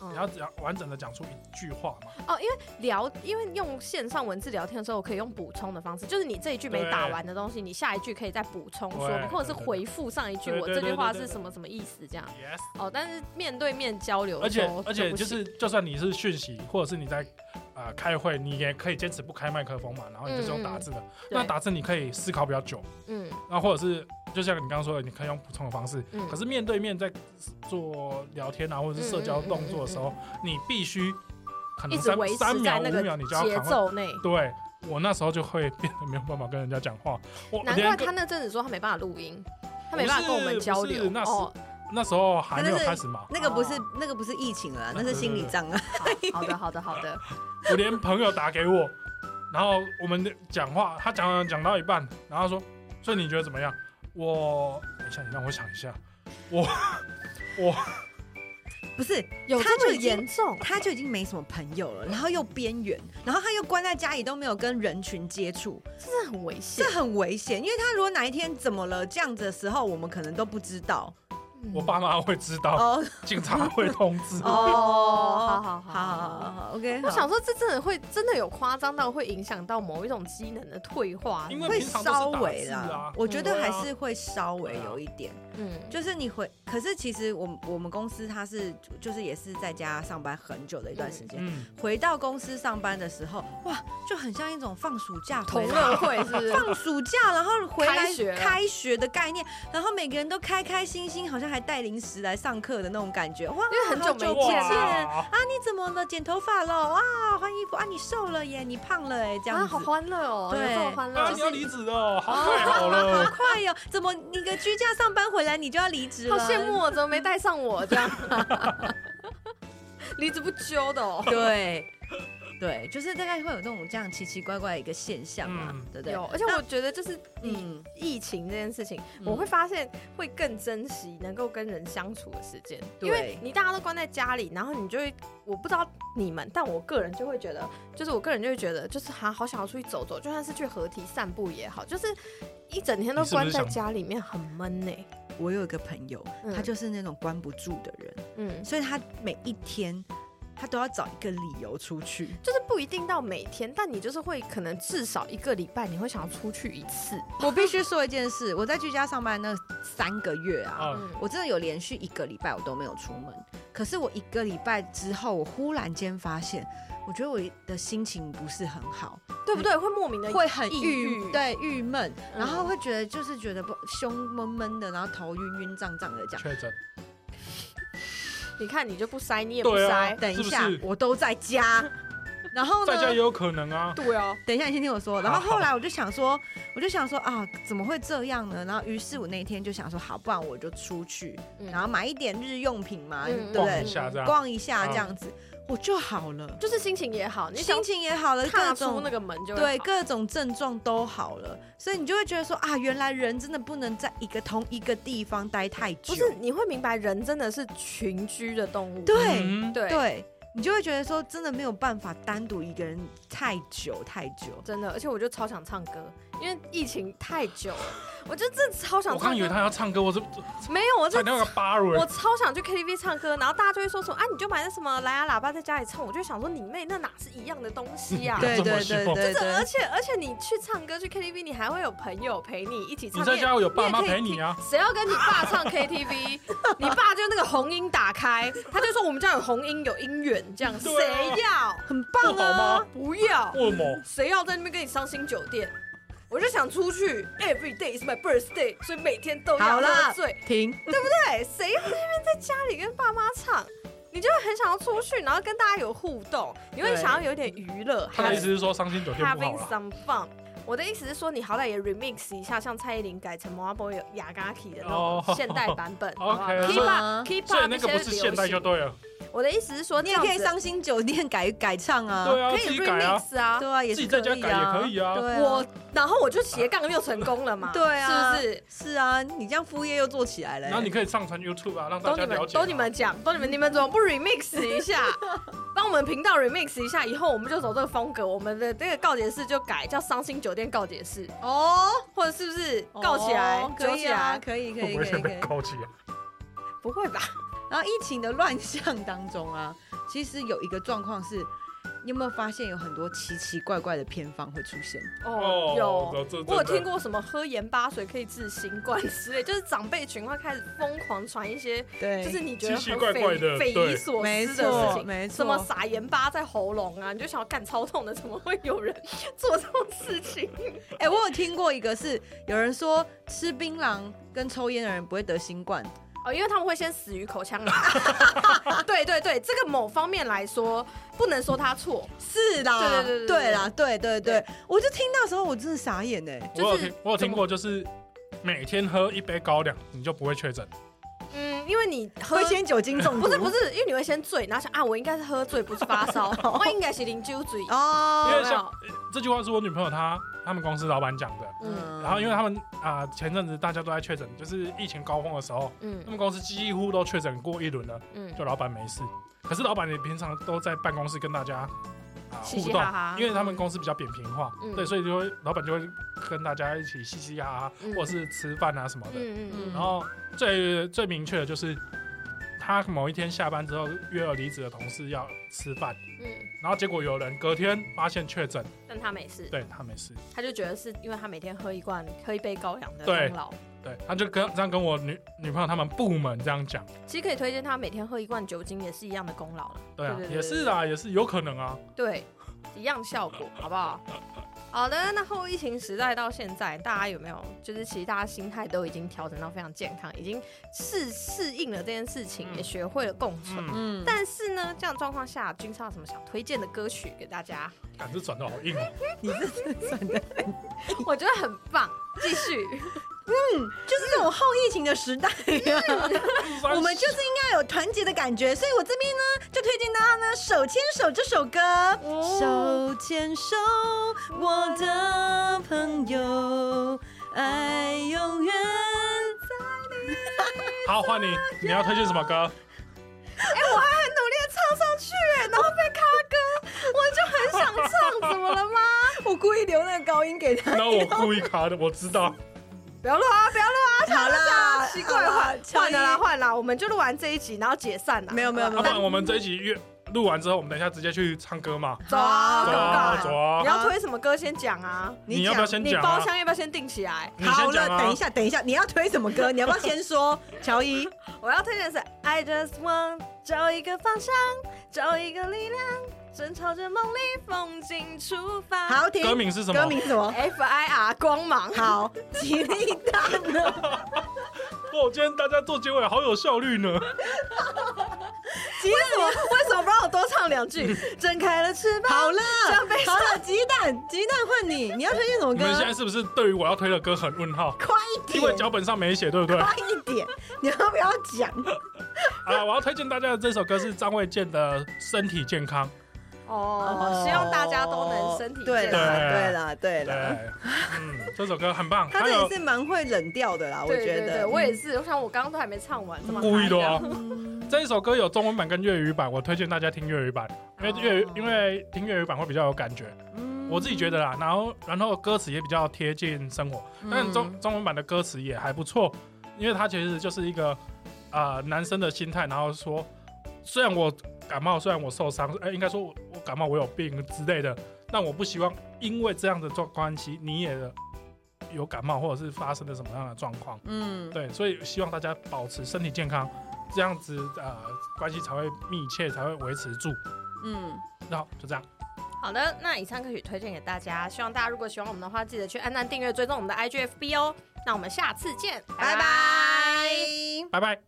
[SPEAKER 3] 嗯
[SPEAKER 4] 你要讲完整的讲出一句话嘛。
[SPEAKER 3] 哦，因为聊，因为用线上文字聊天的时候，可以用补充的方式，就是你这一句没打完的东西，你下一句可以再补充说
[SPEAKER 4] 对
[SPEAKER 3] 明，或者是
[SPEAKER 4] 对对对
[SPEAKER 3] 回复上一句我
[SPEAKER 4] 对对
[SPEAKER 3] 这
[SPEAKER 4] 对
[SPEAKER 3] 句话
[SPEAKER 4] 对
[SPEAKER 3] 是
[SPEAKER 4] 对
[SPEAKER 3] 什么什么意思这样。
[SPEAKER 4] Yes，
[SPEAKER 3] 哦，但是面对面交流
[SPEAKER 4] 而
[SPEAKER 3] 的时
[SPEAKER 4] 且
[SPEAKER 3] 候
[SPEAKER 4] 而且
[SPEAKER 3] 不
[SPEAKER 4] 就
[SPEAKER 3] 行
[SPEAKER 4] 是就算你是讯息或者是你在呃开会，你也可以坚持不开麦克风嘛，然后你就是用打字的。那
[SPEAKER 3] 嗯对
[SPEAKER 4] 打字你可以思考比较久，
[SPEAKER 3] 嗯
[SPEAKER 4] 那或者是就像你刚刚说的，你可以用补充的方式。
[SPEAKER 3] 嗯
[SPEAKER 4] 可是面对面在做聊天啊，或者是社交动作的
[SPEAKER 3] 嗯
[SPEAKER 4] 时候，你必须可
[SPEAKER 3] 一
[SPEAKER 4] 能
[SPEAKER 3] 直
[SPEAKER 4] 三
[SPEAKER 3] 维持
[SPEAKER 4] 三
[SPEAKER 3] 在
[SPEAKER 4] 秒
[SPEAKER 3] 那
[SPEAKER 4] 五
[SPEAKER 3] 个
[SPEAKER 4] 秒你就要
[SPEAKER 3] 节
[SPEAKER 4] 扛了。
[SPEAKER 3] 奏内。
[SPEAKER 4] 对我那时候就会变得没有办法跟人家讲话，我
[SPEAKER 3] 难
[SPEAKER 4] 连
[SPEAKER 3] 怪
[SPEAKER 4] 个
[SPEAKER 3] 他那阵子说他没办法录音，他没办法跟我们交
[SPEAKER 4] 不是
[SPEAKER 3] 流。
[SPEAKER 4] 那是
[SPEAKER 3] 哦，
[SPEAKER 4] 那时候还没有开始嘛，
[SPEAKER 2] 那个不是那个不是疫情了啦，那是心理障碍。
[SPEAKER 3] 好好的，好的，好的。
[SPEAKER 4] 我连朋友打给我，然后我们讲话，他讲讲讲到一半，然后他说，所以你觉得怎么样？我等一下，你让我想一下，
[SPEAKER 2] 不是，
[SPEAKER 3] 有
[SPEAKER 2] 他
[SPEAKER 3] 这
[SPEAKER 2] 就
[SPEAKER 3] 么
[SPEAKER 2] 已经
[SPEAKER 3] 严重？
[SPEAKER 2] 他就已经没什么朋友了，然后又边缘，然后他又关在家里都没有跟人群接触，
[SPEAKER 3] 真的很危险
[SPEAKER 2] 这。很危险。因为他如果哪一天怎么了这样子的时候，我们可能都不知道。
[SPEAKER 3] 嗯
[SPEAKER 4] 我爸妈会知道，
[SPEAKER 2] 哦
[SPEAKER 4] 警察会通知。
[SPEAKER 3] 哦好好好
[SPEAKER 2] 好好好，OK。
[SPEAKER 3] 我想说，这真的会真的有夸张到会影响到某一种机能的退化。
[SPEAKER 4] 因为
[SPEAKER 2] 会
[SPEAKER 4] 平常都
[SPEAKER 2] 稍
[SPEAKER 4] 是打
[SPEAKER 2] 微
[SPEAKER 4] 字
[SPEAKER 2] 啦
[SPEAKER 4] 啊，
[SPEAKER 2] 我觉得
[SPEAKER 4] 对
[SPEAKER 2] 还
[SPEAKER 4] 啊
[SPEAKER 2] 是会稍微有一点。
[SPEAKER 3] 嗯，
[SPEAKER 2] 就是你回，可是其实我们我们公司它是就是也是在家上班很久的一段时间，
[SPEAKER 4] 嗯，
[SPEAKER 2] 回到公司上班的时候，哇，就很像一种放暑假
[SPEAKER 3] 同
[SPEAKER 2] 回来
[SPEAKER 3] 乐会是不 是？
[SPEAKER 2] 放暑假，然后回来
[SPEAKER 3] 开学
[SPEAKER 2] 开学的概念，然后每个人都开开心心，好像还带零食来上课的那种感觉，哇，
[SPEAKER 3] 因为很久
[SPEAKER 2] 好
[SPEAKER 3] 没
[SPEAKER 2] 久不
[SPEAKER 3] 见
[SPEAKER 2] 见啊！
[SPEAKER 4] 哇，
[SPEAKER 2] 你怎么了？剪头发了啊？换衣服啊？你瘦了耶？你胖了哎？这样子、
[SPEAKER 3] 啊，好欢乐哦，有
[SPEAKER 2] 对
[SPEAKER 3] 这么欢乐
[SPEAKER 4] 啊，
[SPEAKER 3] 就
[SPEAKER 4] 你要
[SPEAKER 3] 是。
[SPEAKER 4] 离职哦，好快好了，
[SPEAKER 2] 快哟、怎么你个居家上班回来你就要离职
[SPEAKER 3] 好
[SPEAKER 2] 了？
[SPEAKER 3] 羡慕哦，怎么没带上我这 样？离职不揪的哦。
[SPEAKER 2] 对，对，就是大概会有那种这样奇奇怪怪的一个现象啊，
[SPEAKER 4] 嗯
[SPEAKER 2] 对不对
[SPEAKER 3] 有，？而且我觉得就是你
[SPEAKER 2] 嗯，
[SPEAKER 3] 疫情这件事情，
[SPEAKER 2] 嗯
[SPEAKER 3] 我会发现会更珍惜能够跟人相处的时间，
[SPEAKER 2] 对
[SPEAKER 3] 因为你大家都关在家里，然后你就会，我不知道你们，但我个人就会觉得，就是我个人就会觉得，就是还好想要出去走走，就算是去河堤散步也好，就是一整天都
[SPEAKER 4] 你是不是
[SPEAKER 3] 关在
[SPEAKER 4] 想
[SPEAKER 3] 家里面很闷呢、
[SPEAKER 2] 我有一个朋友，
[SPEAKER 3] 嗯
[SPEAKER 2] 他就是那种关不住的人，
[SPEAKER 3] 嗯，
[SPEAKER 2] 所以他每一天他都要找一个理由出去。
[SPEAKER 3] 就是不一定到每天，但你就是会可能至少一个礼拜你会想要出去一次。
[SPEAKER 2] 我必须说一件事，我在居家上班那三个月啊，
[SPEAKER 4] 啊，
[SPEAKER 3] 嗯，
[SPEAKER 2] 我真的有连续一个礼拜我都没有出门。可是我一个礼拜之后，我忽然间发现，我觉得我的心情不是很好，
[SPEAKER 3] 对不对？会莫名的
[SPEAKER 2] 会很郁
[SPEAKER 3] 郁
[SPEAKER 2] 对郁闷，
[SPEAKER 3] 嗯
[SPEAKER 2] 然后会觉得就是觉得不胸闷闷的，然后头晕晕胀胀的这样。
[SPEAKER 4] 确诊，
[SPEAKER 3] 你看你就不塞，你也不
[SPEAKER 4] 对啊
[SPEAKER 3] 塞，，
[SPEAKER 2] 等一下，
[SPEAKER 4] 是不是
[SPEAKER 2] 我都在 家，然
[SPEAKER 3] 哦
[SPEAKER 2] 后呢
[SPEAKER 4] 在？家也有可能啊。
[SPEAKER 3] 对啊，
[SPEAKER 2] 等一下，你先听我说。然后后来我就想说，我就想说啊，怎么会这样呢？然后于是我那天就想说，好，不然我就出去，
[SPEAKER 3] 嗯
[SPEAKER 2] 然后买一点日用品嘛，
[SPEAKER 3] 嗯
[SPEAKER 2] 对不
[SPEAKER 4] 逛一
[SPEAKER 2] 对？
[SPEAKER 4] 下这啊样，
[SPEAKER 2] 逛一下这样子，我就好了，
[SPEAKER 3] 就是心情也好，你想
[SPEAKER 2] 心情也好了，各
[SPEAKER 3] 踏出那
[SPEAKER 2] 种
[SPEAKER 3] 个门就会
[SPEAKER 2] 对
[SPEAKER 3] 好
[SPEAKER 2] 各种症状都好了，所以你就会觉得说啊，原来人真的不能在一个同一个地方待太久
[SPEAKER 3] 不，是你会明白人真的是群居的动物，
[SPEAKER 2] 对
[SPEAKER 4] 嗯
[SPEAKER 3] 对
[SPEAKER 2] 对，你就会觉得说真的没有办法单独一个人太久太久。
[SPEAKER 3] 真的，而且我就超想唱歌，因为疫情太久了，我就真的超想
[SPEAKER 4] 我刚
[SPEAKER 3] 唱
[SPEAKER 4] 以为
[SPEAKER 3] 歌，
[SPEAKER 4] 他要唱歌，我这
[SPEAKER 3] 没有，我
[SPEAKER 4] 差
[SPEAKER 3] 就
[SPEAKER 4] 点要个八轮
[SPEAKER 3] 我。超想去 KTV 唱歌，然后大家就会说什么啊，你就买那什么蓝牙喇叭在家里唱，我就想说你妹，那哪是一样的东西 呀、啊？
[SPEAKER 2] 对
[SPEAKER 4] 这么
[SPEAKER 2] 对
[SPEAKER 4] 希
[SPEAKER 2] 对
[SPEAKER 4] 望
[SPEAKER 2] 对
[SPEAKER 3] 这
[SPEAKER 2] 对
[SPEAKER 3] 而，且而且你去唱歌去 KTV，你还会有朋友陪你一起唱。
[SPEAKER 4] 你在家有爸妈
[SPEAKER 3] 也可
[SPEAKER 4] 陪
[SPEAKER 3] 以
[SPEAKER 4] 你啊
[SPEAKER 3] 听？谁要跟你爸唱 KTV？你爸就那个红音打开，他就说我们家有红音有音源这样，谁
[SPEAKER 4] 对啊
[SPEAKER 3] 要？
[SPEAKER 2] 很
[SPEAKER 4] 不
[SPEAKER 2] 棒
[SPEAKER 4] 好
[SPEAKER 2] 啊！
[SPEAKER 4] 吗？
[SPEAKER 3] 不要？
[SPEAKER 4] 为什么？
[SPEAKER 3] 谁要在那边跟你伤心酒店？我就想出去，Every day is my birthday，所以每天都要
[SPEAKER 2] 好啦
[SPEAKER 3] 喝醉。
[SPEAKER 2] 停，
[SPEAKER 3] 对，谁要在那边在家里跟爸妈唱？你就会很想要出去，然后跟大家有互动，你会
[SPEAKER 2] 对
[SPEAKER 3] 想要有一点娱乐。
[SPEAKER 4] 他的意思是说伤心酒店不
[SPEAKER 3] having
[SPEAKER 4] 好啦。
[SPEAKER 3] some fun。我的意思是说，你好歹也 remix 一下，像蔡依林改成 m a r b l e 雅嘎 k 的那
[SPEAKER 4] 哦
[SPEAKER 3] 种现代版 本
[SPEAKER 4] OK，
[SPEAKER 3] 好
[SPEAKER 4] 所
[SPEAKER 3] 不
[SPEAKER 4] 以
[SPEAKER 3] 好 keep up keep
[SPEAKER 4] 所以
[SPEAKER 3] up
[SPEAKER 4] 那个不
[SPEAKER 3] 一些
[SPEAKER 4] 是现代就
[SPEAKER 3] 流行
[SPEAKER 4] 对了，
[SPEAKER 3] 我的意思是说，
[SPEAKER 2] 你也可以
[SPEAKER 3] 这样
[SPEAKER 2] 伤心酒店改改唱啊，
[SPEAKER 4] 对啊，
[SPEAKER 3] 子
[SPEAKER 4] 自
[SPEAKER 3] 可以
[SPEAKER 4] 己改啊，
[SPEAKER 3] remix 啊。
[SPEAKER 2] 对啊，也
[SPEAKER 4] 自
[SPEAKER 2] 是
[SPEAKER 4] 己在家改也可以啊。
[SPEAKER 2] 对啊，
[SPEAKER 3] 我然后我就斜杠又成功了嘛，
[SPEAKER 2] 对啊
[SPEAKER 3] 是不是？
[SPEAKER 2] 是啊，你这样副业又做起来了、欸
[SPEAKER 4] 然后你可以上传 YouTube 啊，让大
[SPEAKER 3] 都
[SPEAKER 4] 家
[SPEAKER 3] 你
[SPEAKER 4] 了
[SPEAKER 3] 们
[SPEAKER 4] 解啊。
[SPEAKER 3] 都你们讲，都你们你们怎么不 remix 一 下？帮我们频道 remix 一下，以后我们就走这个风格，我们的这个告解室就改叫伤心酒店告解室，
[SPEAKER 2] 哦，
[SPEAKER 3] 或者是不是告起来
[SPEAKER 2] 哦，
[SPEAKER 3] 揪
[SPEAKER 2] 可以
[SPEAKER 3] 起
[SPEAKER 2] 啊，
[SPEAKER 3] 来？
[SPEAKER 2] 可以可
[SPEAKER 4] 会
[SPEAKER 2] 以
[SPEAKER 4] 不会
[SPEAKER 2] 可以
[SPEAKER 4] 先
[SPEAKER 2] 可
[SPEAKER 4] 被
[SPEAKER 2] 以。
[SPEAKER 4] 扣起啊？
[SPEAKER 3] 不会吧？
[SPEAKER 2] 然后疫情的乱象当中啊， 其实有一个状况是，你有没有发现有很多奇奇怪怪的偏方会出现？
[SPEAKER 3] 哦，有。
[SPEAKER 4] 这，这
[SPEAKER 3] 我有听。过什么喝盐巴水可以治新冠之类， 就是长辈群会开始疯狂传一些，
[SPEAKER 2] 对
[SPEAKER 3] 就是你觉得
[SPEAKER 4] 奇奇
[SPEAKER 3] 很
[SPEAKER 4] 怪怪的
[SPEAKER 3] 匪匪夷
[SPEAKER 4] 对
[SPEAKER 3] 所
[SPEAKER 2] 没
[SPEAKER 3] 思的事
[SPEAKER 2] 错
[SPEAKER 3] 情。
[SPEAKER 2] 没
[SPEAKER 3] 什么
[SPEAKER 2] 错，
[SPEAKER 3] 撒盐巴在喉咙啊，你就想要干超痛的，怎么会有人做这种事情？
[SPEAKER 2] 哎、我有听过一个是有人说吃槟榔跟抽烟的人不会得新冠，
[SPEAKER 3] 哦，因为他们会先死于口腔啊癌。 对对对，这个某方面来说，不能说他错，
[SPEAKER 2] 是啦，
[SPEAKER 3] 对对对对
[SPEAKER 2] 对啦，对对对
[SPEAKER 3] 对，
[SPEAKER 2] 我就听到时候我真的傻眼哎、
[SPEAKER 3] 就是
[SPEAKER 4] 我有听，我有
[SPEAKER 3] 怎
[SPEAKER 4] 听
[SPEAKER 3] 么
[SPEAKER 4] 过，就是每天喝一杯高粱，你就不会确诊。
[SPEAKER 3] 嗯，因为你喝
[SPEAKER 2] 会先酒精中毒，
[SPEAKER 3] 不是 不是，因为你会先醉，然后想啊，我应该是喝醉，不是发 烧，我应该是零酒醉。
[SPEAKER 4] 因
[SPEAKER 2] 哦
[SPEAKER 4] 为，像这句话是我女朋友她他们公司老板讲的。
[SPEAKER 3] 嗯
[SPEAKER 4] 然后因为他们啊、前阵子大家都在确诊，就是疫情高峰的时候，
[SPEAKER 3] 嗯
[SPEAKER 4] 他们公司几乎都确诊过一轮了，
[SPEAKER 3] 嗯，
[SPEAKER 4] 就老板没事。可是老板也平常都在办公室跟大家啊、
[SPEAKER 3] 嘻
[SPEAKER 4] 互
[SPEAKER 3] 嘻
[SPEAKER 4] 动
[SPEAKER 3] 哈，哈
[SPEAKER 4] 因为他们公司比较扁平化，
[SPEAKER 3] 啊嗯
[SPEAKER 4] 对，所以就会老板就会跟大家一起嘻嘻哈哈，
[SPEAKER 3] 嗯
[SPEAKER 4] 或者是吃饭啊什么的。
[SPEAKER 3] 嗯嗯
[SPEAKER 4] 然后最最明确的就是，他某一天下班之后约了离职的同事要吃饭，
[SPEAKER 3] 嗯嗯，
[SPEAKER 4] 然后结果有人隔天发现确诊，
[SPEAKER 3] 但他没事，
[SPEAKER 4] 对他没事，
[SPEAKER 3] 他就觉得是因为他每天喝一罐喝一杯高粱的
[SPEAKER 4] 对
[SPEAKER 3] 功劳。
[SPEAKER 4] 对，他就跟这样跟我女女朋友他们部门这样讲，
[SPEAKER 3] 其实可以推荐他每天喝一罐酒精也是一样的功劳了，
[SPEAKER 4] 对啊，
[SPEAKER 3] 对对对
[SPEAKER 4] 也是啊，也是有可能啊，
[SPEAKER 3] 对，一样效 果，好不好？好的，那后疫情时代到现在，大家有没有就是其实大家心态都已经调整到非常健康，已经适适应了这件事情，
[SPEAKER 4] 嗯
[SPEAKER 3] 也学会了共存。
[SPEAKER 4] 嗯，
[SPEAKER 2] 嗯，
[SPEAKER 3] 但是呢，这样的状况下，君超有什么想推荐的歌曲给大 家？
[SPEAKER 4] 感觉转的好硬哦，
[SPEAKER 2] 你这是真的，
[SPEAKER 3] 我觉得很棒，继 续。
[SPEAKER 2] 嗯就是这种后疫情的时代啊呀、我们就是应该有团结的感觉，所以我这边呢就推荐大家呢《手牵手》这首歌。手牵手，我的朋友，爱永远
[SPEAKER 4] 好换你，你要推荐什么 歌？
[SPEAKER 3] 哎、我还很努力的唱上去，然后被卡歌，我就很想唱，怎么了吗？
[SPEAKER 2] 我故意留那个高音给他。
[SPEAKER 4] 那我故意卡的，我知道，
[SPEAKER 3] 不要录啊，不要录啊，
[SPEAKER 2] 好啦，
[SPEAKER 3] 奇怪，换换了啦，
[SPEAKER 2] 啦，
[SPEAKER 3] 换了啦，我们就录完这一集，然后解散啦。
[SPEAKER 2] 没有没有没
[SPEAKER 4] 要
[SPEAKER 2] 有
[SPEAKER 4] 不然我们这一集约录完之后，我们等一下直接去唱歌嘛，
[SPEAKER 3] 走啊，
[SPEAKER 4] 走
[SPEAKER 3] 走
[SPEAKER 4] 啊走
[SPEAKER 3] 啊！
[SPEAKER 4] 啊
[SPEAKER 3] 你，要推什么歌先讲啊？
[SPEAKER 4] 你要不要先
[SPEAKER 3] 你
[SPEAKER 4] 讲
[SPEAKER 3] 包
[SPEAKER 4] 啊？
[SPEAKER 3] 厢要不要先定起来？
[SPEAKER 4] 你
[SPEAKER 2] 好
[SPEAKER 4] 先
[SPEAKER 2] 了
[SPEAKER 4] 讲，啊
[SPEAKER 2] 等一，下，等一下，你要推什么歌？你要不要 先说？乔伊，
[SPEAKER 3] 我要推荐的是 I just want 找一个方向，找一个力量，正朝着梦里风景出发。
[SPEAKER 2] 好停。
[SPEAKER 4] 歌名是什么
[SPEAKER 2] 歌？名是什么？
[SPEAKER 3] ，F I R 光芒。
[SPEAKER 2] 好，吉利蛋呢？
[SPEAKER 4] 哦，今天大家做结尾好有效率呢。
[SPEAKER 3] 为什么为什么不让我多唱两句？ 睁开了翅膀。
[SPEAKER 2] 好了
[SPEAKER 3] 这杯，
[SPEAKER 2] 好了，鸡蛋，鸡蛋换你，你要推荐什么
[SPEAKER 4] 你们现在
[SPEAKER 2] 歌？
[SPEAKER 4] 是不是对于我要推的歌很问号？
[SPEAKER 2] 快一
[SPEAKER 4] 因为
[SPEAKER 2] 点，
[SPEAKER 4] 脚本上没写，对不 对？
[SPEAKER 2] 快一点，你要不要讲？
[SPEAKER 4] 啊，我要推荐大家的这首歌是张卫健的《身体健康》。
[SPEAKER 3] 哦，希望大家都能身体
[SPEAKER 2] 对
[SPEAKER 3] 健
[SPEAKER 2] 啦，
[SPEAKER 3] 康。
[SPEAKER 2] 对啦，对
[SPEAKER 4] 对
[SPEAKER 2] 啦，，
[SPEAKER 4] 嗯，这首歌很棒，
[SPEAKER 2] 他
[SPEAKER 4] 还
[SPEAKER 2] 这也
[SPEAKER 4] 有
[SPEAKER 2] 是蛮会冷调的啊啦，我
[SPEAKER 3] 对
[SPEAKER 2] 觉
[SPEAKER 3] 对对，
[SPEAKER 2] 得。嗯
[SPEAKER 3] 我也是，我想我刚刚都还没唱完，怎么
[SPEAKER 4] 故意的
[SPEAKER 3] 还
[SPEAKER 2] 啊
[SPEAKER 4] 哦。这一首歌有中文版跟粤语版，我推荐大家听粤语版，因为粤语
[SPEAKER 2] 哦
[SPEAKER 4] 因为听粤语版会比较有感觉，
[SPEAKER 2] 嗯
[SPEAKER 4] 我自己觉得啦。然后然后歌词也比较贴近生活，
[SPEAKER 2] 嗯
[SPEAKER 4] 但中中文版的歌词也还不错，因为它其实就是一个啊男生的心态，然后说虽然我感冒，虽然我受伤，哎，应该说我我感冒我有病之类的，但我不希望因为这样的状关系你也有感冒或者是发生了什么样的状况。
[SPEAKER 2] 嗯，
[SPEAKER 4] 对，所以希望大家保持身体健康，这样子呃关系才会密切，才会维持住。
[SPEAKER 2] 嗯，
[SPEAKER 4] 那好就这样，
[SPEAKER 3] 好的，那以上歌曲推荐给大家，希望大家如果喜欢我们的话，记得去按赞、订阅、追踪我们的 IGFB 哦。那我们下次见，
[SPEAKER 2] 拜
[SPEAKER 3] 拜拜
[SPEAKER 2] 拜。
[SPEAKER 4] 拜拜。